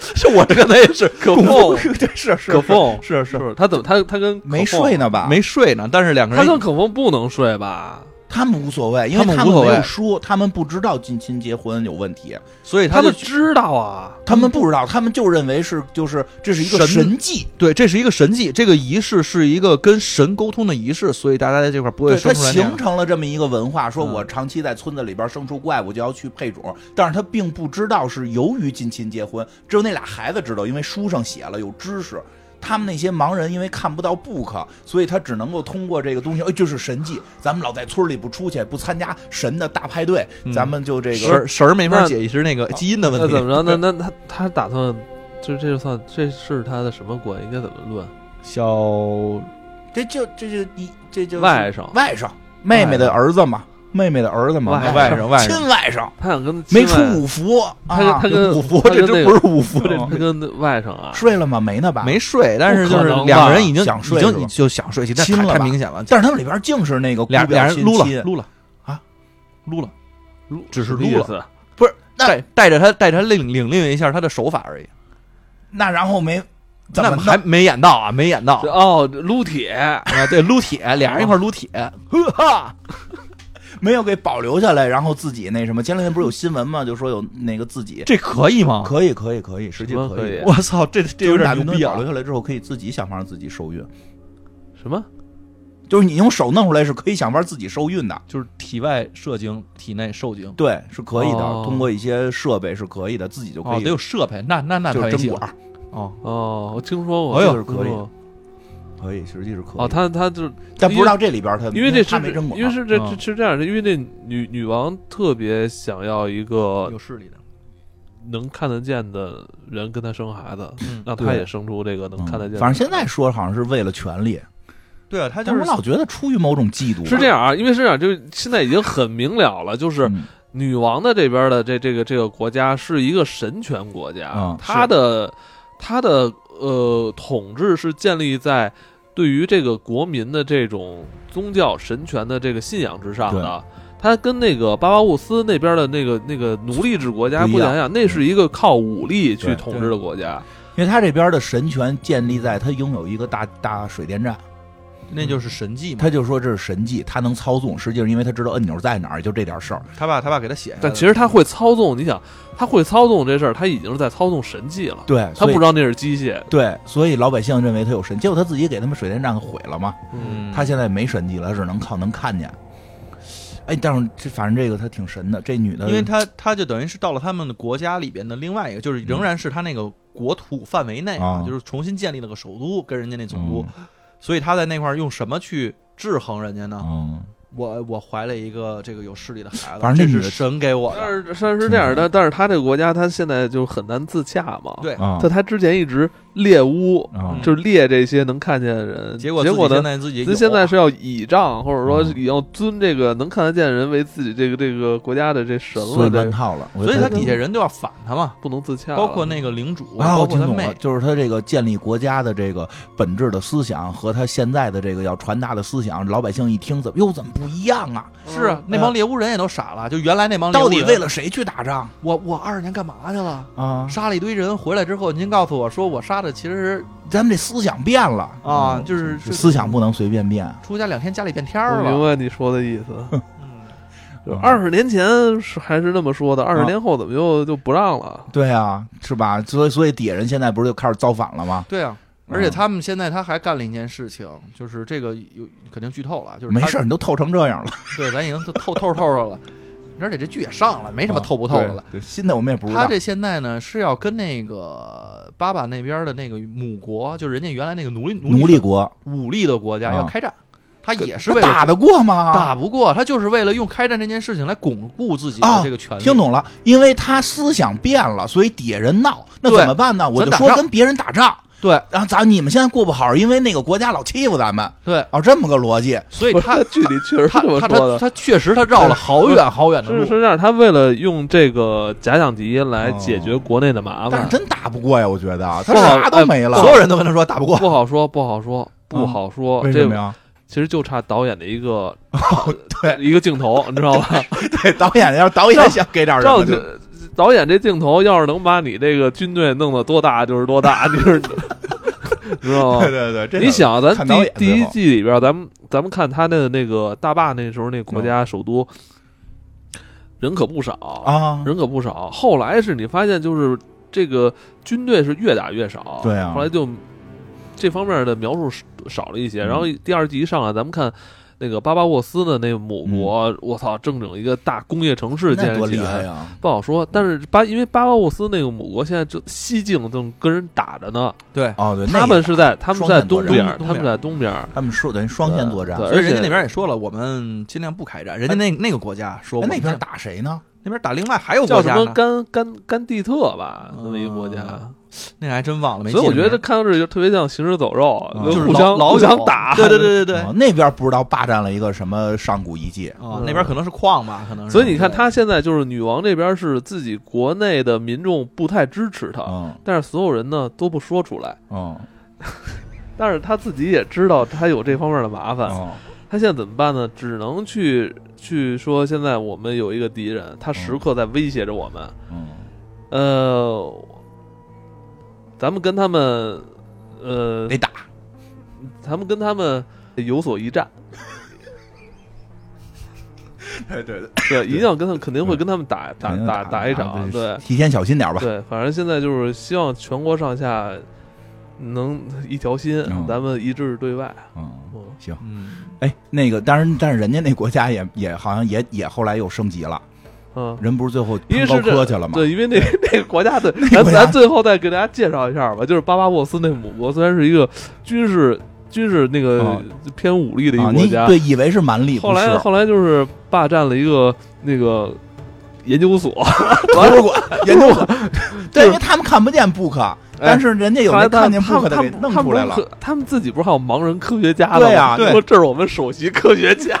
是我这个也是可
共
凤
父对是是
可凤
是
是
是
不是他怎么他他跟可
没
凤
睡？呢吧？
没睡呢，但是两个
他
人
跟可凤不能睡吧？
他们无所谓，因
他
为
们
他
无
们
所
没
谓
有说，他们不知道近亲结婚有问题，
所以
他
就
们知道啊，
他们不知道，他们就认为是就是这是一个
神
神迹，
对，这是一个神迹，这个仪式是一个跟神沟通的仪式，所以大家在这块不会
对，
生
他
出来那样
形成了这么一个文化，说
嗯
我长期在村子里边生出怪物就要去配种，但是他并不知道是由于近亲结婚，只有那俩孩子知道，因为书上写了有知识。他们那些盲人因为看不到 book，所以他只能够通过这个东西，哎，这是神迹。咱们老在村里不出去，不参加神的大派对，
嗯
咱们就这
神
个
儿神儿没法
那
解释那个基因的
那
问
怎
题，
么着？那那他他打算，就这就算这是他的什么关？应该怎么论？
小
这就这就你这就是
外甥
外甥妹妹的儿子嘛，妹妹的儿子嘛，
外甥
外甥外甥
亲外甥，
他想跟亲
没出
外
五福啊，
他跟他跟
五福，
他
这
跟那
真不
个
是五福，这
他跟外甥啊，
睡了吗？没呢吧？
没睡，但是就
不可
是
能吧
两个人已经
想睡
已
是吧
经就想睡，其实
亲了
太
吧
明显了，
但是他们里边净是那个
俩
姑表
俩人
亲
撸
亲
了撸了
啊，
撸了，
撸
只是
什么
撸
意
了
思。
不是那
带带着他带着他领领略一下他的手法而已，
那然后没怎
那
么
还
还
没演到啊，没演到
这哦，撸铁
啊，对，撸铁，俩人一块儿撸铁，呵哈，
没有给保留下来，然后自己那什么？前两天不是有新闻吗？就说有那个自己
这可以吗？
可以可以可以，实际
什么
可
可以
我操，这这有点
就是把
牛
东西
逼
保
啊
留！下来之后，可以自己想法让自己受孕，
什么？
就是你用手弄出来是可以想法自己受孕的。
就是体外射精，体内受精，
对，是可以的，
哦
通过一些设备是可以的，自己就可
哦，
以，
得有设备，那那那
就
太
是
戏
针
了
管
哦，
哦，我听说过，
哎呦
这个
可以
听说过
可以，实际是可以。
哦，他他就是
但不知道这里边他
因为这
他
是
没啊针管，
因为是这
嗯
这是这样的，因为那女女王特别想要一个
有视力的，
能看得见的人跟她生孩子，
嗯，
让她
对
也生出这个能
嗯
看得见的。
反正现在说好像是为了权利，
对啊，他就
但
是
我老觉得出于某种嫉妒吧，
是这样啊，因为是这样，就是现在已经很明了了，就是
嗯
女王的这边的这这个这个国家是一个神权国家，
嗯
它的它的呃统治是建立在对于这个国民的这种宗教神权的这个信仰之上的。它跟那个巴巴沃斯那边的那个那个奴隶制国家
不
不
一样嗯
两样，那是一个靠武力去
对
统治的国家。
因为他这边的神权建立在他拥有一个大大水电站，
那就是神迹嘛。
他就说这是神迹，他能操纵，实际上因为他知道按钮在哪儿，就这点事儿。
他爸他爸给他写下来的，
但其实他会操纵，你想，他会操纵这事儿，他已经是在操纵神迹了。
对，
他
所以
不知道那是机械。
对，所以老百姓认为他有神，结果他自己给他们水电站给毁了嘛。
嗯，
他现在没神迹了，他只能靠能看见。哎，但是这反正这个他挺神的，这女的，
因为他他就等于是到了他们的国家里边的另外一个，就是仍然是他那个国土范围内
啊
就是重新建立了个首都跟人家那总督，
嗯
所以他在那块儿用什么去制衡人家呢？
嗯，
我我怀了一个这个有势力的孩子，
反正那
这
女的
是神给我
但是
的，
虽然是这样，但但是他这个国家，他现在就很难自洽嘛。
嗯对，
啊
在他之前一直猎巫，
啊
嗯
就是猎这些能看见的人，
结
结
果自己
呢？
现在自己有
那
啊
现在是要倚仗，或者说
嗯
以要尊这个能看得见的人为自己这个这个国家的这神
所
了，
以
这
乱套了，
所以他
底
底下人就要反他嘛，
不能自洽了。
包括那个领主，
啊，
包
我
括
听
他
懂
妹
了，，就是他这个建立国家的这个本质的思想和他现在的这个要传达的思想，老百姓一听怎么哟怎么不一样啊？
是啊，那帮猎巫人也都傻了，就原来那帮猎巫
到
人
底为了谁去打仗
我我二十年干嘛去了？
啊？
杀了一堆人，回来之后，您告诉我说我杀的其实
咱们这思想变了
是啊，就是
嗯思想不能随便变。啊
出家两天家里变天
我
儿
明
了。
白你说的意思。
嗯
就二十年前是还是那么说的，二十年后怎么又就不让了？
对啊，是吧？所以所以底下人现在不是就开始造反了吗？
对啊，
嗯
而且他们现在他还干了一件事情，就是这个有肯定剧透了，就是
没
他
事儿，，你都透成这样了，
对，咱已经都透透透透了，而且这剧也上了，没什么
啊
透不透的了。
对新的我们也不知道
他。这现在呢是要跟那个巴巴那边的那个母国，就是人家原来那个奴隶
奴隶国
武力的国家
啊
要开战，他也是
他
为了
啊
打得过吗？
打不过，他就是为了用开战这件事情来巩固自己
啊
的这个权利。
听懂了，因为他思想变了，所以底下人闹，那
对
怎么办呢？我
咱
就
打
说
仗
跟别人打仗，
对
然后咱你们现在过不好，是因为那个国家老欺负咱们，
对，
哦，这么个逻辑，
所以
不是
他
剧里确实
他
这么
他
说
他
的。
他确实他绕了好远好远的
是
路
是。这样，他为了用这个假想敌来解决国内的麻
哦但
烦
是，真打不过呀，我觉得啊他
不好
啥都没了，
哎所
有人都跟他说打不过
不好说，不好说，不好说。
嗯为什
这
么呀？哦
其实就差导演的一个
对
一个镜头，你知道吧？
对，导演要是导演想给点什
照
么
镜
就，
导演这镜头要是能把你这个军队弄得多大就是多大， 就是你知道 吗？
对对对，这
你想，啊咱
看
第
导
一
演
第
最
一
后
季里边，咱们咱们看他的那个大坝那时候那国
嗯
家首都，人可不少啊，
啊，
人可不少。后来是你发现就是这个军队是越打越少，
对啊
后来就这方面的描述少少了一些。
嗯
然后第二季一上来，咱们看那个巴巴沃斯的那母国，我操，正整一个大工业城市
嗯那
建
多
立起
厉害
来，
呀！
不好说。但是巴因为巴巴沃斯那个母国现在就西境正跟人打着呢，
对，
哦，对，那
他们是在他们
双
在
线作
东
战
边，
东
他们
边
在东边。
他们说等于双线作战，
对
哎
所以人
而且哎
家那边也说了，我们尽量不开战。人家那那个国家说我们
那边打谁呢？
那边打另外还有
叫
国
什
家
么
呢，
甘甘甘地特吧，那么一个国家，
嗯那还真忘了。没
嗯
所以我
记着
觉得
名
看到这就特别像行尸走肉，
啊
儿就是
互相
老
互
老
相
有
打，
对对对对对
哦，那边不知道霸占了一个什么上古遗迹，
啊
嗯，
那边可能是矿吧，可能是。
所以你看，他现在就是女王这边是自己国内的民众不太支持他，
嗯
但是所有人呢都不说出来，
嗯
但是他自己也知道他有这方面的麻烦，
嗯，
他现在怎么办呢？只能去去说，现在我们有一个敌人，他时刻在威胁着我们，
嗯
呃，咱们跟他们，呃
得，打，
咱们跟他们有所一战，
对对对，
对，一定要跟他们，肯定会跟他们打打
肯定
打
哎打
打一场，对。
提前小心点吧。
对，反正现在就是希望全国上下能一条心，
嗯
咱们一致对外。
嗯，
嗯
行，
嗯，
哎，那个，当然，但是人家那国家也也好像也也后来又升级了，
嗯，
人不是最后
因为
攀
是
高科
这
去了吗？啊
对，因为那 那个国家的，
个
咱
国家
咱最后再给大家介绍一下吧，就是巴巴沃斯那母国，虽然是一个军事军事那个
嗯
偏武力的一
啊，
个国
你
家，
对以为是蛮力，
后
不是
来后来就是霸占了一个那个研究所，
哎图书馆研究 所，对，
就是哎
因为他们看不见 book，但是人家 有
后来
那
他
看见
他
book
们
的
他
给
们
弄
他们
出来了
不是，科他们自己不是还有盲人科学家的
对
吗？
啊对
哦说这是我们首席科学家。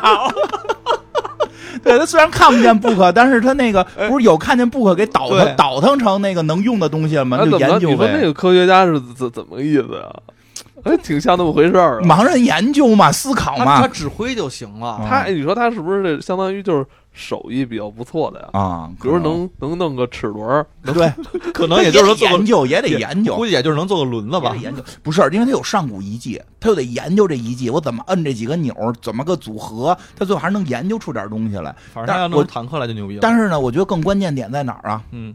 对他虽然看不见 book，但是他那个
哎
不是有看见 book 给倒腾
对
倒腾成那个能用的东西了吗？
那
就
啊怎么
研
了？
究
你说那
呗。
个科学家是怎怎么个意思 呀？哎，挺像那么回事儿啊。
盲人研究嘛，思考
他他
嘛啊
指挥就行了。
他，哎你说他是不是这相当于就是手艺比较不错的呀？
啊，
比如能能弄个齿轮儿，
可能对，
可能也就是说做 个
研究也得研究
估，计也就是能做个轮子吧
也得。研究不是，因为他有上古遗迹，他又得研究这遗迹，我怎么摁这几个钮儿，怎么个组合，他最后还是能研究出点东西来。
反正他
但
要
我
弄坦克来就牛逼了。
但是呢，我觉得更关键点在哪儿啊？
嗯，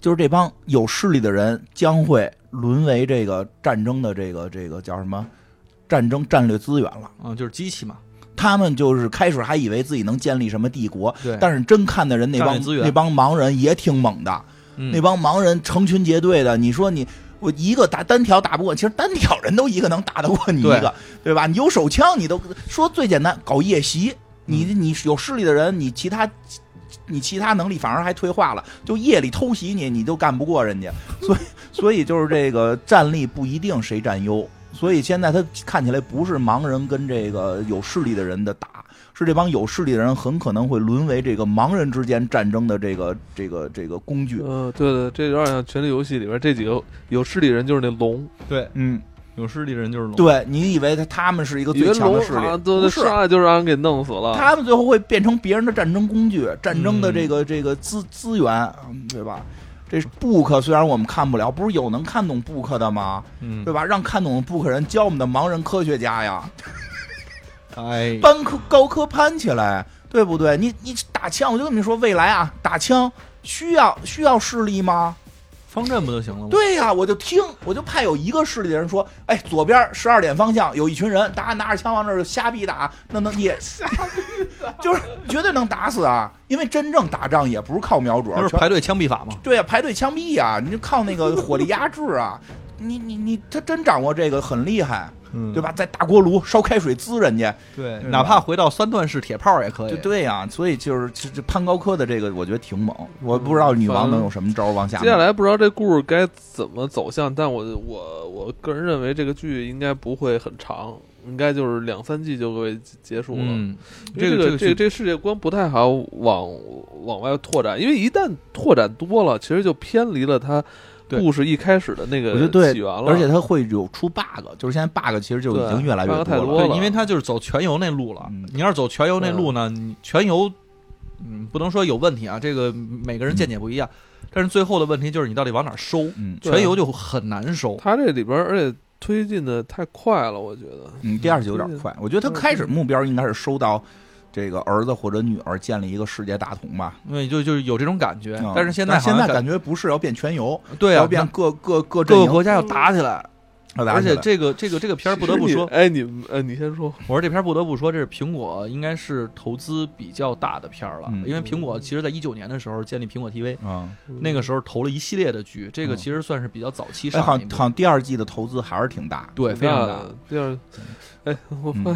就是这帮有势力的人将会沦为这个战争的这个这个叫什么战争战略资源了。
嗯，就是机器嘛，
他们就是开始还以为自己能建立什么帝国，
对。
但是真看的人那
战略
帮
资源
那帮盲人也挺猛的，那
那
帮盲人成群结队的，你说你。我一个打单挑打不过，其实单挑人都一个能打得过你一个，对
对
吧？你有手枪，你都说最简单，搞夜袭，你你有势力的人，你其他你其他能力反而还退化了，就夜里偷袭你，你都干不过人家，所以 所以就是这个战力不一定谁占优，所以现在他看起来不是盲人跟这个有势力的人的打，是这帮有势力的人很可能会沦为这个盲人之间战争的这个这个这个工具，
嗯、对对，这有点像《权力游戏》里边这几个有势力人就是那龙，
对
嗯。
有势力的人就是龙。
对你以为他他们是一个
以
最
为
强
龙
的势
好
力，
像对对，
不是，
上来就让人给弄死了。
他们最后会变成别人的战争工具，战争的
嗯
这个、这个资资源，嗯对吧？这 book 虽然我们看不了，不是有能看懂 book 的吗？
嗯
对，吧？让看懂 book 人教我们的盲人科学家呀，
哎，
搬科高科攀起来，对不对？你你打枪，我就跟你说，未来啊，打枪需要需要势力吗？
方阵不就行了吗？
对呀、我就听，我就怕有一个势力的人说，哎，左边十二点方向有一群人，大家拿着枪往那儿瞎逼打，那能也瞎逼打，就是绝对能打死啊！因为真正打仗也不是靠瞄准，
就是
全
排队枪毙法嘛。
对呀、排队枪毙啊，你就靠那个火力压制啊。你你你，他真掌握这个很厉害，
嗯
对吧？在大锅炉烧开水滋人家，
对，
对吧
哪怕回到三段式铁炮也可
就
以。
对呀、所以就是这这攀高科的这个，我觉得挺猛。我不知道女王能有什么招儿往下。
接下，来不知道这故事该怎么走向，但我我我个人认为这个剧应该不会很长，应该就是两三季就会结束了。
嗯，
因为
这
个
个
这
这
个这个世界观不太好往往外拓展，因为一旦拓展多了，其实就偏离了它
对
故事一开始的那
我觉得
个
对
起源了。
而且它会有出 bug，就是现在 bug 其实就已经
对
越来越
bug 太
了
多。
对，
了
因为他就是走全游那路了
嗯。啊
你要是走全游那路呢，你全游，嗯，不能说有问题啊，这个每个人见解不一样。但是最后的问题就是你到底往哪儿收？
嗯
对
全游就很难收。
它这里边，而且推进的太快了，我觉得。
嗯，第二集有点快，我觉得他开始目标应该是收到这个儿子或者女儿建立一个世界大同吧。
因为就就是有这种感觉
嗯，
但是现在好
现
像
在
感
感觉不是要变全游，
对
要
啊，
变
那
各各各阵
各
营
个国家要打起来，
要打
而
起
且
来
这个这个这个片儿不得不
其实
说
你，哎，你们呃，你先说。
我说这片儿不得不说，这是苹果应该是投资比较大的片儿了，
嗯
因为苹果其实在一九年的时候建立苹果 TV，、
嗯，
那个时候投了一系列的剧，这个
嗯
其实算是比较早期
哎，
上
好
的一
像
部、
好像第二季的投资还是挺大。
对非常大
那。第二，哎，我
嗯
发，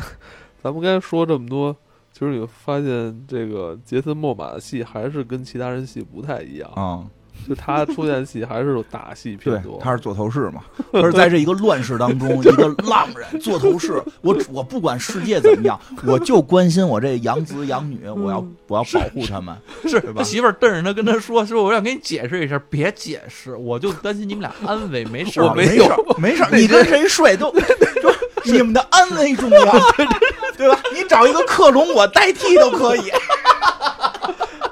咱们刚才说这么多，其实你发现这个杰森·莫玛的戏还是跟其他人戏不太一样，
嗯，
就他出现的戏还是有打戏
对
偏多，。
他是做头饰嘛，他是在这一个乱世当中，一个浪人做头饰。我我不管世界怎么样，我就关心我这养子养女，我要我要保护他们。
是
对吧
他媳妇儿瞪着他跟他说：“说我想给你解释一下，别解释，我就担心你们俩安危，没事儿。”
我啊没事儿，没事儿，你跟谁睡都，就你们的安危重要，对吧？你找一个克隆我代替都可以。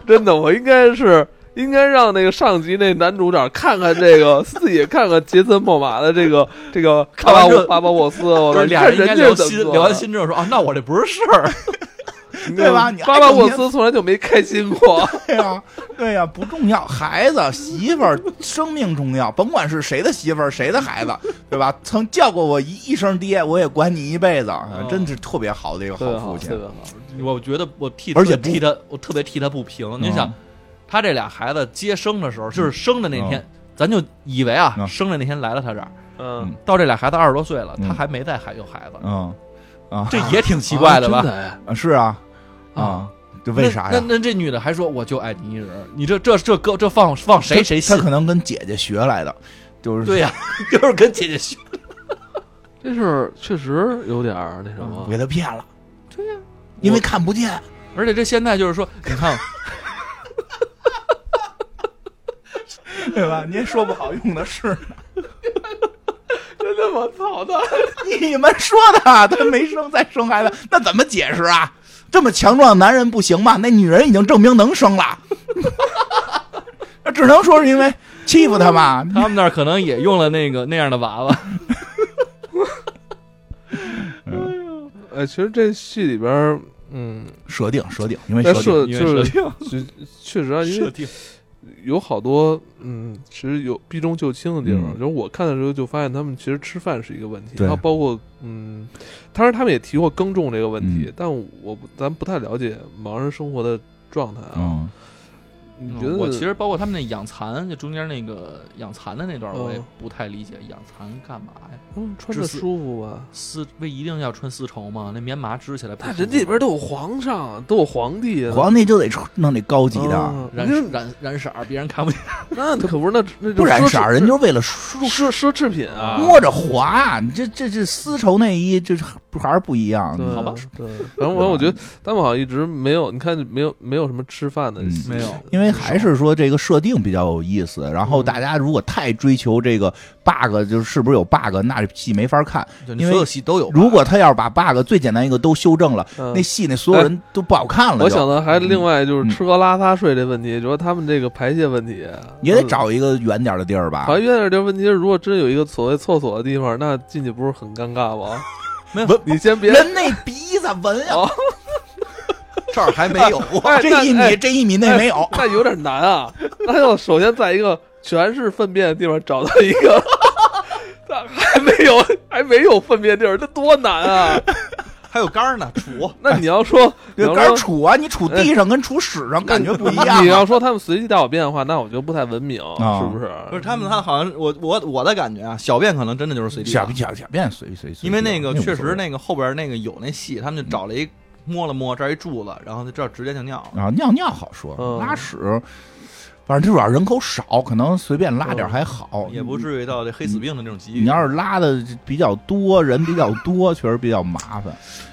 真的，我应该是应该让那个上集那男主角看看这个， 自己看看杰森·莫玛的这个这个
看
巴
完
巴
之后
沃巴巴沃斯，我
就是
们
俩人应该聊心，聊完
心，
心之后说：“啊，那我这不是事儿。
对吧你
嗯巴巴沃斯从来就没开心过，
对哎呀、对呀、不重要，孩子、媳妇儿、生命重要，甭管是谁的媳妇儿、谁的孩子，对吧？曾叫过我一一声爹，我也管你一辈子，啊真是特别好的一个
特别
父
好，特
啊
亲
别。好。”
我觉得我替，
而且不
替他，我特别替他不平。你想
嗯，
他这俩孩子接生的时候，就是生的那天，咱就以为啊，
嗯
生的那天来了他这儿，
嗯，
到这俩孩子二十多岁了，
嗯
他还没再还有孩子，
嗯，啊，
这也挺奇怪的吧？
啊真哎
啊是啊，
啊
啊，这为啥
那
呀？
那那这女的还说我就爱你一人儿，你这这这搁这放放谁谁
他
信？
可能跟姐姐学来的，就是
对呀、 就是跟姐姐学。
这事儿确实有点儿那什么
嗯
给。他骗了。
对呀、
因为看不见，
而且这现在就是说，你看，
对吧？您说不好用的是，
真他妈操蛋！
你们说的，啊他没生再生孩子，那怎么解释啊？这么强壮的男人不行吗？那女人已经证明能生了， 只能说是因为欺负他嘛。
他们那儿可能也用了那个那 样的娃 娃。
哎，其实这戏里边儿，嗯，
设定设定，因为
在
设定
设
因
就
为
是
设
确确实啊，因为
定
有好多嗯，其实有避重就轻的地方。
嗯
就是我看的时候就发现，他们其实吃饭是一个问题，
对
然后包括嗯，当然他们也提过耕种这个问题，
嗯
但我不咱不太了解盲人生活的状态啊。
嗯，
你觉
嗯
得？
我其实包括他们那养蚕，就中间那个养蚕的那段，我也
嗯
不太理解养蚕干嘛呀？
他们穿着
至死
舒服吧？
丝为一定要穿丝绸吗？那棉麻织起来不舒
但
服吗，
人家里边都有皇上，都有皇帝啊，
皇帝就得弄那高级的，
啊
染
那
染 染色儿，别人看不见。
那可不是那那
不染色儿，人
就
就是为了舒
奢奢侈品啊，
摸着滑。你这这这丝绸内衣，这不还是不一样
对。
啊好吧
对，反正我我觉得他们好像一直没有，你看没有没有什么吃饭的
嗯，
戏
没有
因为还是说这个设定比较有意思，然后
嗯
大家如果太追求这个 bug，就是是不是有 bug，那这戏没法看。
嗯
对
因
你
为
所有戏都有吧。
如果他要是把 bug 最简单一个都修正了，
嗯
那戏那所有人都不好看了就。
我想的还另外就
嗯
是吃喝拉撒睡这问题，主要他们这个排泄问题
也得。找一个远点的地儿吧
嗯好。像有点这问题，如果真有一个所谓厕所的地方，那进去不是很尴尬吗？
没有
你先别
人那鼻子闻呀，
哦
这儿还没 有啊，
哎
这一
那哎
米这一米内没有
哎，那有点难啊。那要首先在一个全是粪便的地方找到一个，那还没有还没有粪便地儿，这多难 啊！
还有杆儿呢，杵。
那你要说，你
这
要
杆
哎说哎
儿杵啊，你杵地上跟杵屎上感觉不一
你
样啊。
要说他们随地大小便的话，那我觉得不太文明，是不是？
不是他们，他好像我我我的感觉啊，小便可能真的就是随地
小
大，
小小便随随随，
因为那个确实
那
那个后边那个有那戏，他们
嗯
就找了一摸了摸这儿一柱子，然后在这儿直接就尿了。
无所谓啊尿尿好说
嗯，
拉屎，反正这主要啊人口少，可能随便拉点儿
嗯
还好，
也不至于到这黑死病的那种级
你
别。
要是拉的比较多，人比较多，确实比较麻烦。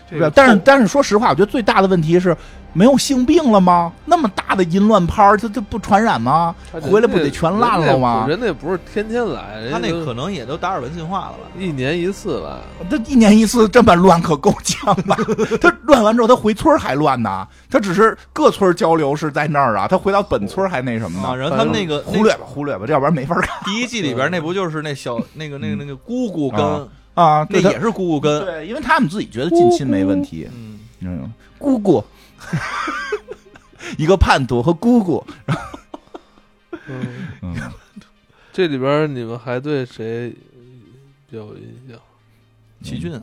这
对吧
个
但是但是说实话，我觉得最大的问题是没有性病了吗？那么大的淫乱拍儿，它它不传染吗？回来不得全烂了吗？
人家也不是天天来，人
他
家
那
都
可能也都达尔文进化了吧？
一年一次吧。
这一年一次这么乱可够呛了。 他乱完之后，他回村儿还乱呢。他只是各村儿交流是在那儿啊，他回到本村儿还那什么
啊，
呢？
然后他们那个
忽略吧，忽略吧，这要不然没法看
那第一季里边那不就是那 小那个那个那个姑姑跟
啊啊。
那
对他
也是姑姑跟，
对，因为他们自己觉得近亲没问题。
嗯，
嗯，姑姑， 一个叛徒和姑姑，
嗯，
嗯，
这里边你们还对谁比较有印象？
奇骏啊，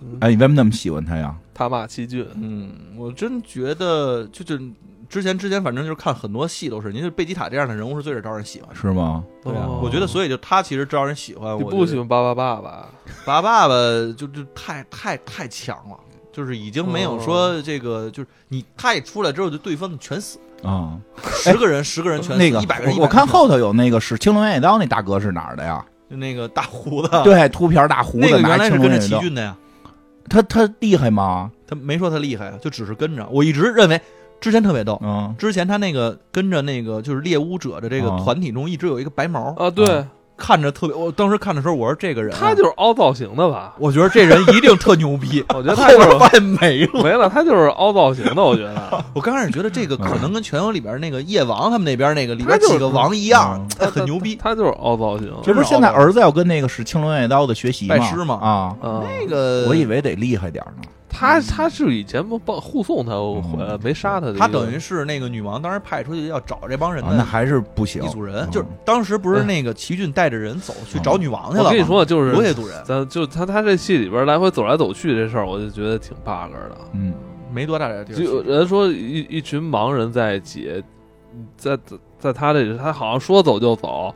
嗯、
哎，你为什么那么喜欢他呀？
塔马奇骏，
嗯，我真觉得就就之前之前反正就是看很多戏都是，您就贝吉塔这样的人物是最招人喜欢的。
是吗？
对啊，
哦
我觉得所以就他其实招人喜欢。
你
我
不
觉
喜
得
欢八八爸爸？
拔爸爸就就太太太强了，就是已经没有
哦
说这个，就是你他一出来之后，就对方全死，
啊、
十个人十个人全死，
那个
一百个人
我
100
我看
个人
后头有那个使青龙偃月刀那大哥是哪儿的呀？
就那个大胡子，
对，秃瓢大胡
啊那
子
个
拿
原来
青
是
龙
跟着
偃月
齐
刀，
骏的呀，
他他厉害吗？
他没说他厉害啊，就只是跟着。我一直认为之前特别逗，
嗯，
之前他那个跟着那个就是猎巫者的这个
哦
啊
团体中，一直有一个白毛，
啊，对，
看着特别，我当时看的时候，我说这个人啊，
他就是凹造型的吧？。
我觉得这人一定特牛逼
我觉得
后
他就
边
是
发现没了。
没了，他就是凹造型的，我觉 得。
我刚开始觉得这个可能跟《全游》里边那个夜王他们那边那个里
他
边
就是嗯
几个王一样，哎很牛逼。
他就是凹造型。
这不
真是
是现在
奥特曼
儿子要跟那个使青龙偃月刀的学习吗？
拜师呃吗
啊，
啊，
那个
我以为得厉害点儿呢。
他他是以前不帮护送他回来，没杀他的一个。
他等于是那个女王当时派出去要找这帮人
哦
啊，那
的
还是不行
一。组人，
嗯
就是当时不是那个齐骏带着人走去找女王去了
嗯我
吗？
跟你说，就是
多些组人，
咱就他他这戏里边来回走来走去这事儿，我就觉得挺 bug 的。
嗯，
没多大点地儿去，
就人说一一群盲人在一起，在在在他这里，他好像说走就走，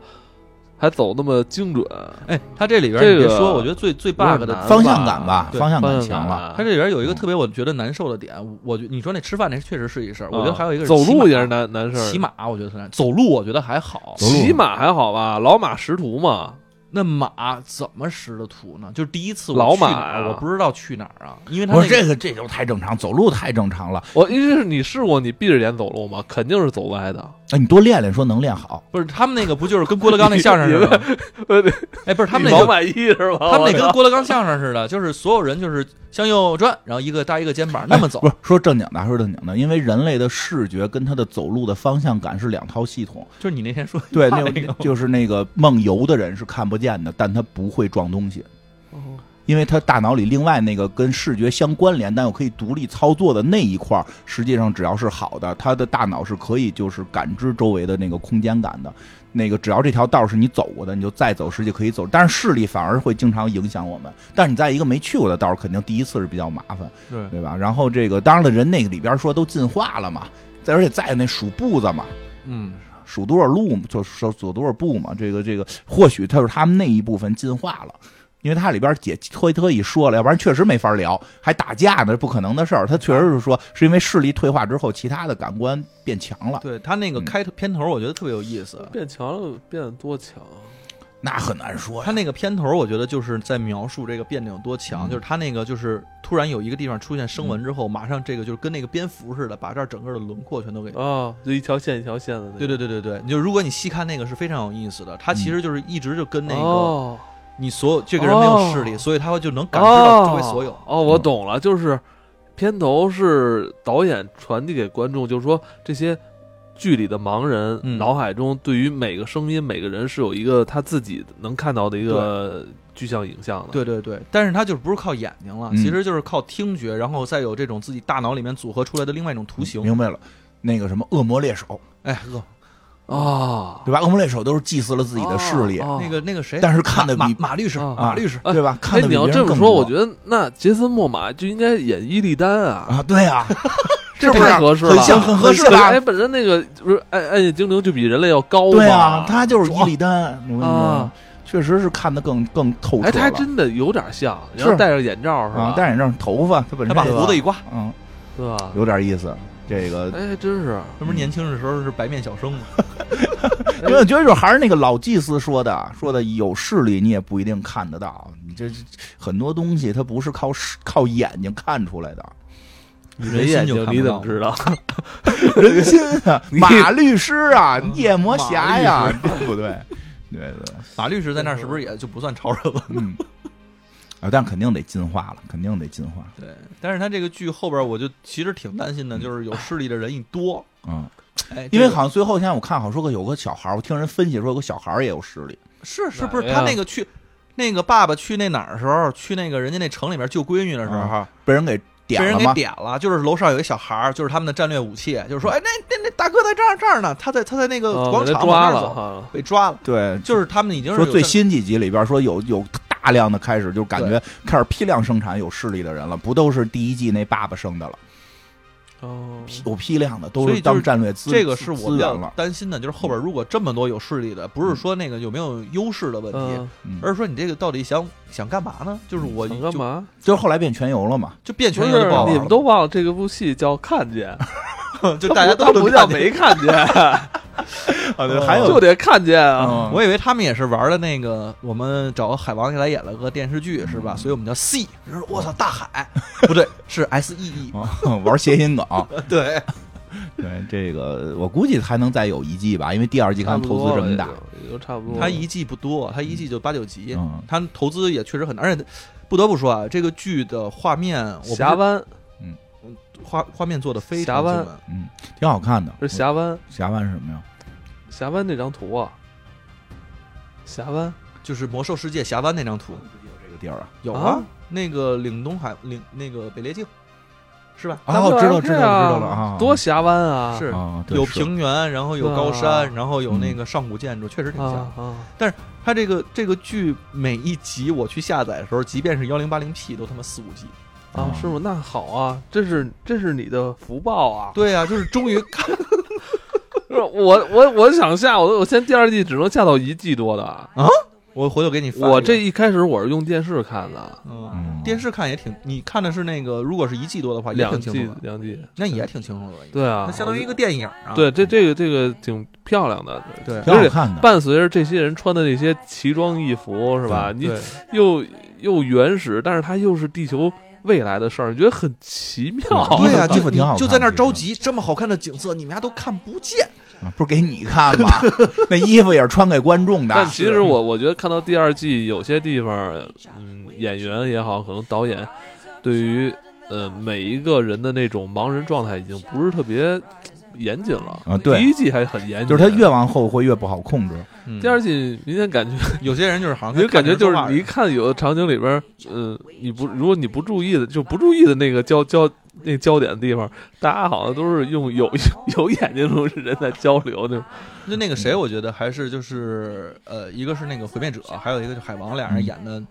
还走那么精准，
哎，他这里边
这个
你别说，我觉得最最 bug
有点
啊
的
难
方向感吧，
对
方向感
方
强了。
啊
他这里边有一个特别我觉得难受的点，我觉你说那吃饭那确实是一事儿，我觉得还有一个是
啊走
骑
路
马
也是难难事儿。
骑马我觉得很难，走路我觉得还好，
走路
骑马还好吧，老马识途嘛。
那马怎么识的途呢？就是第一次我
老
去哪
马
儿
啊
我不知道去哪儿啊，因为他
不
那
是
个
这个，这就太正常，走路太正常了。
我因为是你试过你闭着眼走路吗？肯定是走歪 的。
哎那你多练练，说能练好。
不是他们那个不就是跟郭德纲那相声似的吗？哎，不是他们那
老
个，
满意是吧？
他们那
我
跟
操
郭德纲相声似的，就是所有人就是向右转，然后一个搭一个肩膀那么走
不。是说正经的，说正经的，因为人类的视觉跟他的走路的方向感是两套系统。
就是你那天说
对，
那
那
个吗
就是那个梦游的人是看不见的，但他不会撞东西，
哦
因为他大脑里另外那个跟视觉相关联但又可以独立操作的那一块儿，实际上只要是好的，他的大脑是可以就是感知周围的那个空间感的。那个只要这条道是你走过的，你就再走实际可以走，但是视力反而会经常影响我们。但是你在一个没去过的道儿，肯定第一次是比较麻烦。
对
对吧？然后这个当然了，人那个里边说都进化了嘛，再而且再有那数步子嘛，
嗯，
数多少路嘛就数走多少步嘛，这个这个或许他是他们那一部分进化了。因为它里边解特特意说了，要不然确实没法聊，还打架呢，不可能的事儿。他确实是说，是因为视力退化之后，其他的感官变强了，
对他那个开头片头，我觉得特别有意思。
变强了，变得多强啊？
那很难说呀。
他那个片头，我觉得就是在描述这个变得有多强，
嗯
就是他那个就是突然有一个地方出现声纹之后，马上这个就是跟那个蝙蝠似的，把这儿整个的轮廓全都给。
哦
啊，就一条线一条线的那种。
对对对对对，你就如果你细看那个是非常有意思的，他
嗯
其实就是一直就跟那个
哦，
你所有这个人没有视力，
哦
所以他就能感知到周围所有
哦。。哦，我
嗯
懂了，就是片头是导演传递给观众，就是说这些剧里的盲人、
嗯
脑海中对于每个声音、每个人是有一个他自己能看到的一个具象影像的。
对对对，但是他就是不是靠眼睛了，
嗯
其实就是靠听觉，然后再有这种自己大脑里面组合出来的另外一种图形。
明白了，那个什么恶魔猎手，
哎，
哦
饿
啊，
对吧？恶魔猎手都是祭祀了自己的视力，
哦
那。
哦
个那个谁，
但是看的比哦
马马律师，
啊
马律师，
哎
对
哎
吧？看，
你
的比别
要
人
这么
更
说，
多
我觉得那杰森·莫玛就应该演伊利丹啊，
啊，对呀、啊，
这
是不是
太合适了，
很像很合适吧
哎，本身那个不是暗暗夜精灵就比人类要高嘛哎
对啊，他就是伊利丹，我跟你说
啊，
确实是看得更更透彻
哎，
了。
他还真的有点像，
是
然后戴着眼罩是吧
啊，？戴眼罩，头发，他本
他
身
把
也
胡子一刮，
嗯，
对吧？
有点意思。这个，
哎，真是
他不是年轻的时候是白面小生吗？哎
因为我觉得就还是那个老祭司说的，啊说的有视力你也不一定看得到，你这这很多东西它不是靠视靠眼睛看出来 的。
你
人眼睛，你怎么知道？
人心 啊，
你
马律师啊，
嗯
夜魔侠
马
呀，对不对？对对，
马律师在那儿是不是也就不算超人了？
嗯，啊，但肯定得进化了，肯定得进化，
对，但是他这个剧后边，我就其实挺担心的，就是有势力的人一多，
嗯。
哎，
因为
这个
好像最后现在我看好说个有个小孩儿，我听人分析说有个小孩儿也有视力，
是是不
哪个
是他
呀
那个去那个爸爸去那哪儿的时候，去那个人家那城里面救闺女的时候，
被人给
被
点
人
了
给
吗？
点了，就是楼上有一小孩儿，就是他们的战略武器，就是说，哎，那那那大哥在这儿这儿呢，他在他在那个
哦
广
给他
场
抓
往那儿
了
走，
哈，
被抓了，
对，
就是他们已经是
说
有
最
战
新几集里边说有有大量的开始就感觉开始批量生产有视力的人了，不都是第一季那爸爸生的了，
哦，
批有批量的都
所以就是是
当战略资
这个是我
资
比
源
较
了，
担心的，就是后边如果这么多有势力的，不是说那个有没有优势的问题，
嗯，
嗯，
而是说你这个到底想想干嘛呢？就是我
想干
就
嘛？
就是后来变全游了嘛，
就变
不
全
是
游就不好玩
你
了
们都忘了这个部戏叫《看见》，
就大家
它
都
不叫没看见，
啊还
就
有
得看见啊。
嗯
我以为他们也是玩的那个，我们找海王来演了个电视剧是吧？
嗯
所以我们叫 C，就是我操大海， 不对，是 S E E，
啊玩谐音梗，
嗯
对，
对这个我估计还能再有一季吧，因为第二季看投资这么大
差，不多了，也就也就差不多了。
他一季不多，他一季就八九集，
嗯
他投资也确实很大，而且不得不说啊，这个剧的画面，我不是
峡湾
画画面做的非常
峡湾
精美
嗯，挺好看的。
是峡湾，
峡湾是什么呀？
峡湾那张图啊，峡湾
就是魔兽世界峡湾那张图
这个地儿啊，
有
啊
那个岭东海岭那个北烈镜是吧？
哦，知道知道知道了啊
啊，，多峡湾啊，嗯
是
啊，对
有
是
平原，然后有高山，然后有那个上古建筑，确实挺
啊
像。
啊，
它这个这个剧每一集我去下载的时候，即便是幺零八零 P 都他妈四五集。
啊
啊，
师傅，那好啊，这是这是你的福报啊！
对啊，就是终于看
不是我我我想下，我我现在第二季只能下到一季多的。 啊
我回头给你发一个。
我这一开始我是用电视看的，
嗯，
嗯
电视看也挺，你看的是那个，如果是一季多的话，也
两
挺清
季
楚的，
两季，
那也挺清楚的，
对啊，
那相当于一个电影啊。
对这这个这个挺漂亮的，
对
挺好看的。
伴随着这些人穿的那些奇装异服，是吧？你
对
又又原始，但是它又是地球未来的事儿，你觉得很奇妙。
嗯
对呀、啊
衣服
就
挺好看
就在那儿
的
着急，这么好看的景色，你们家都看不见。
啊不是给你看吗？ 那衣服也是穿给观众的。
但其实我我觉得看到第二季有些地方，嗯，演员也好，可能导演对于呃每一个人的那种茫然状态已经不是特别严谨了
啊对
第 一季还很严谨，
就是他越往后会越不好控制。
嗯
第二季明显感觉，
有些人就是好像
你就感觉就是
看着说话
你一看有的场景里边儿，嗯、你不如果你不注意的就不注意的那个焦焦那个焦点的地方，大家好像都是用有 有眼睛那种人在交流那种。
就那个谁，我觉得还是就是呃，一个是那个毁灭者，还有一个就海王，俩人演的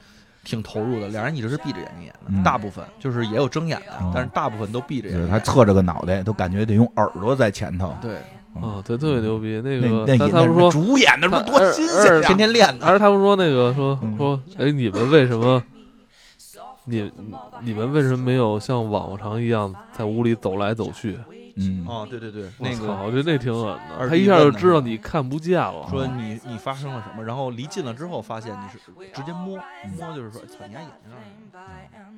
挺投入的，俩人一直是闭着眼睛演的，
嗯
大部分就是也有睁眼的，
哦
但是大部分都闭着
就
眼
是
睛
他
演。
侧着个脑袋，都感觉得用耳朵在前头。
对，
啊，对，特别牛逼。那
嗯那
个
那
他
也
他们说，
主演的
他
不多
二
新
二
鲜呀
天！天练的，
还是他们说那个说
嗯
说，哎，你们为什么？你你们为什么没有像往常一样在屋里走来走去？
嗯，
哦，对对对，那
我
个
操，这那挺狠的。
二
他
逼
一下就
问的
知道你看不见了。
说你你发生了什么，然后离近了之后发现你是直接摸摸，就是说，哎操，你家眼睛上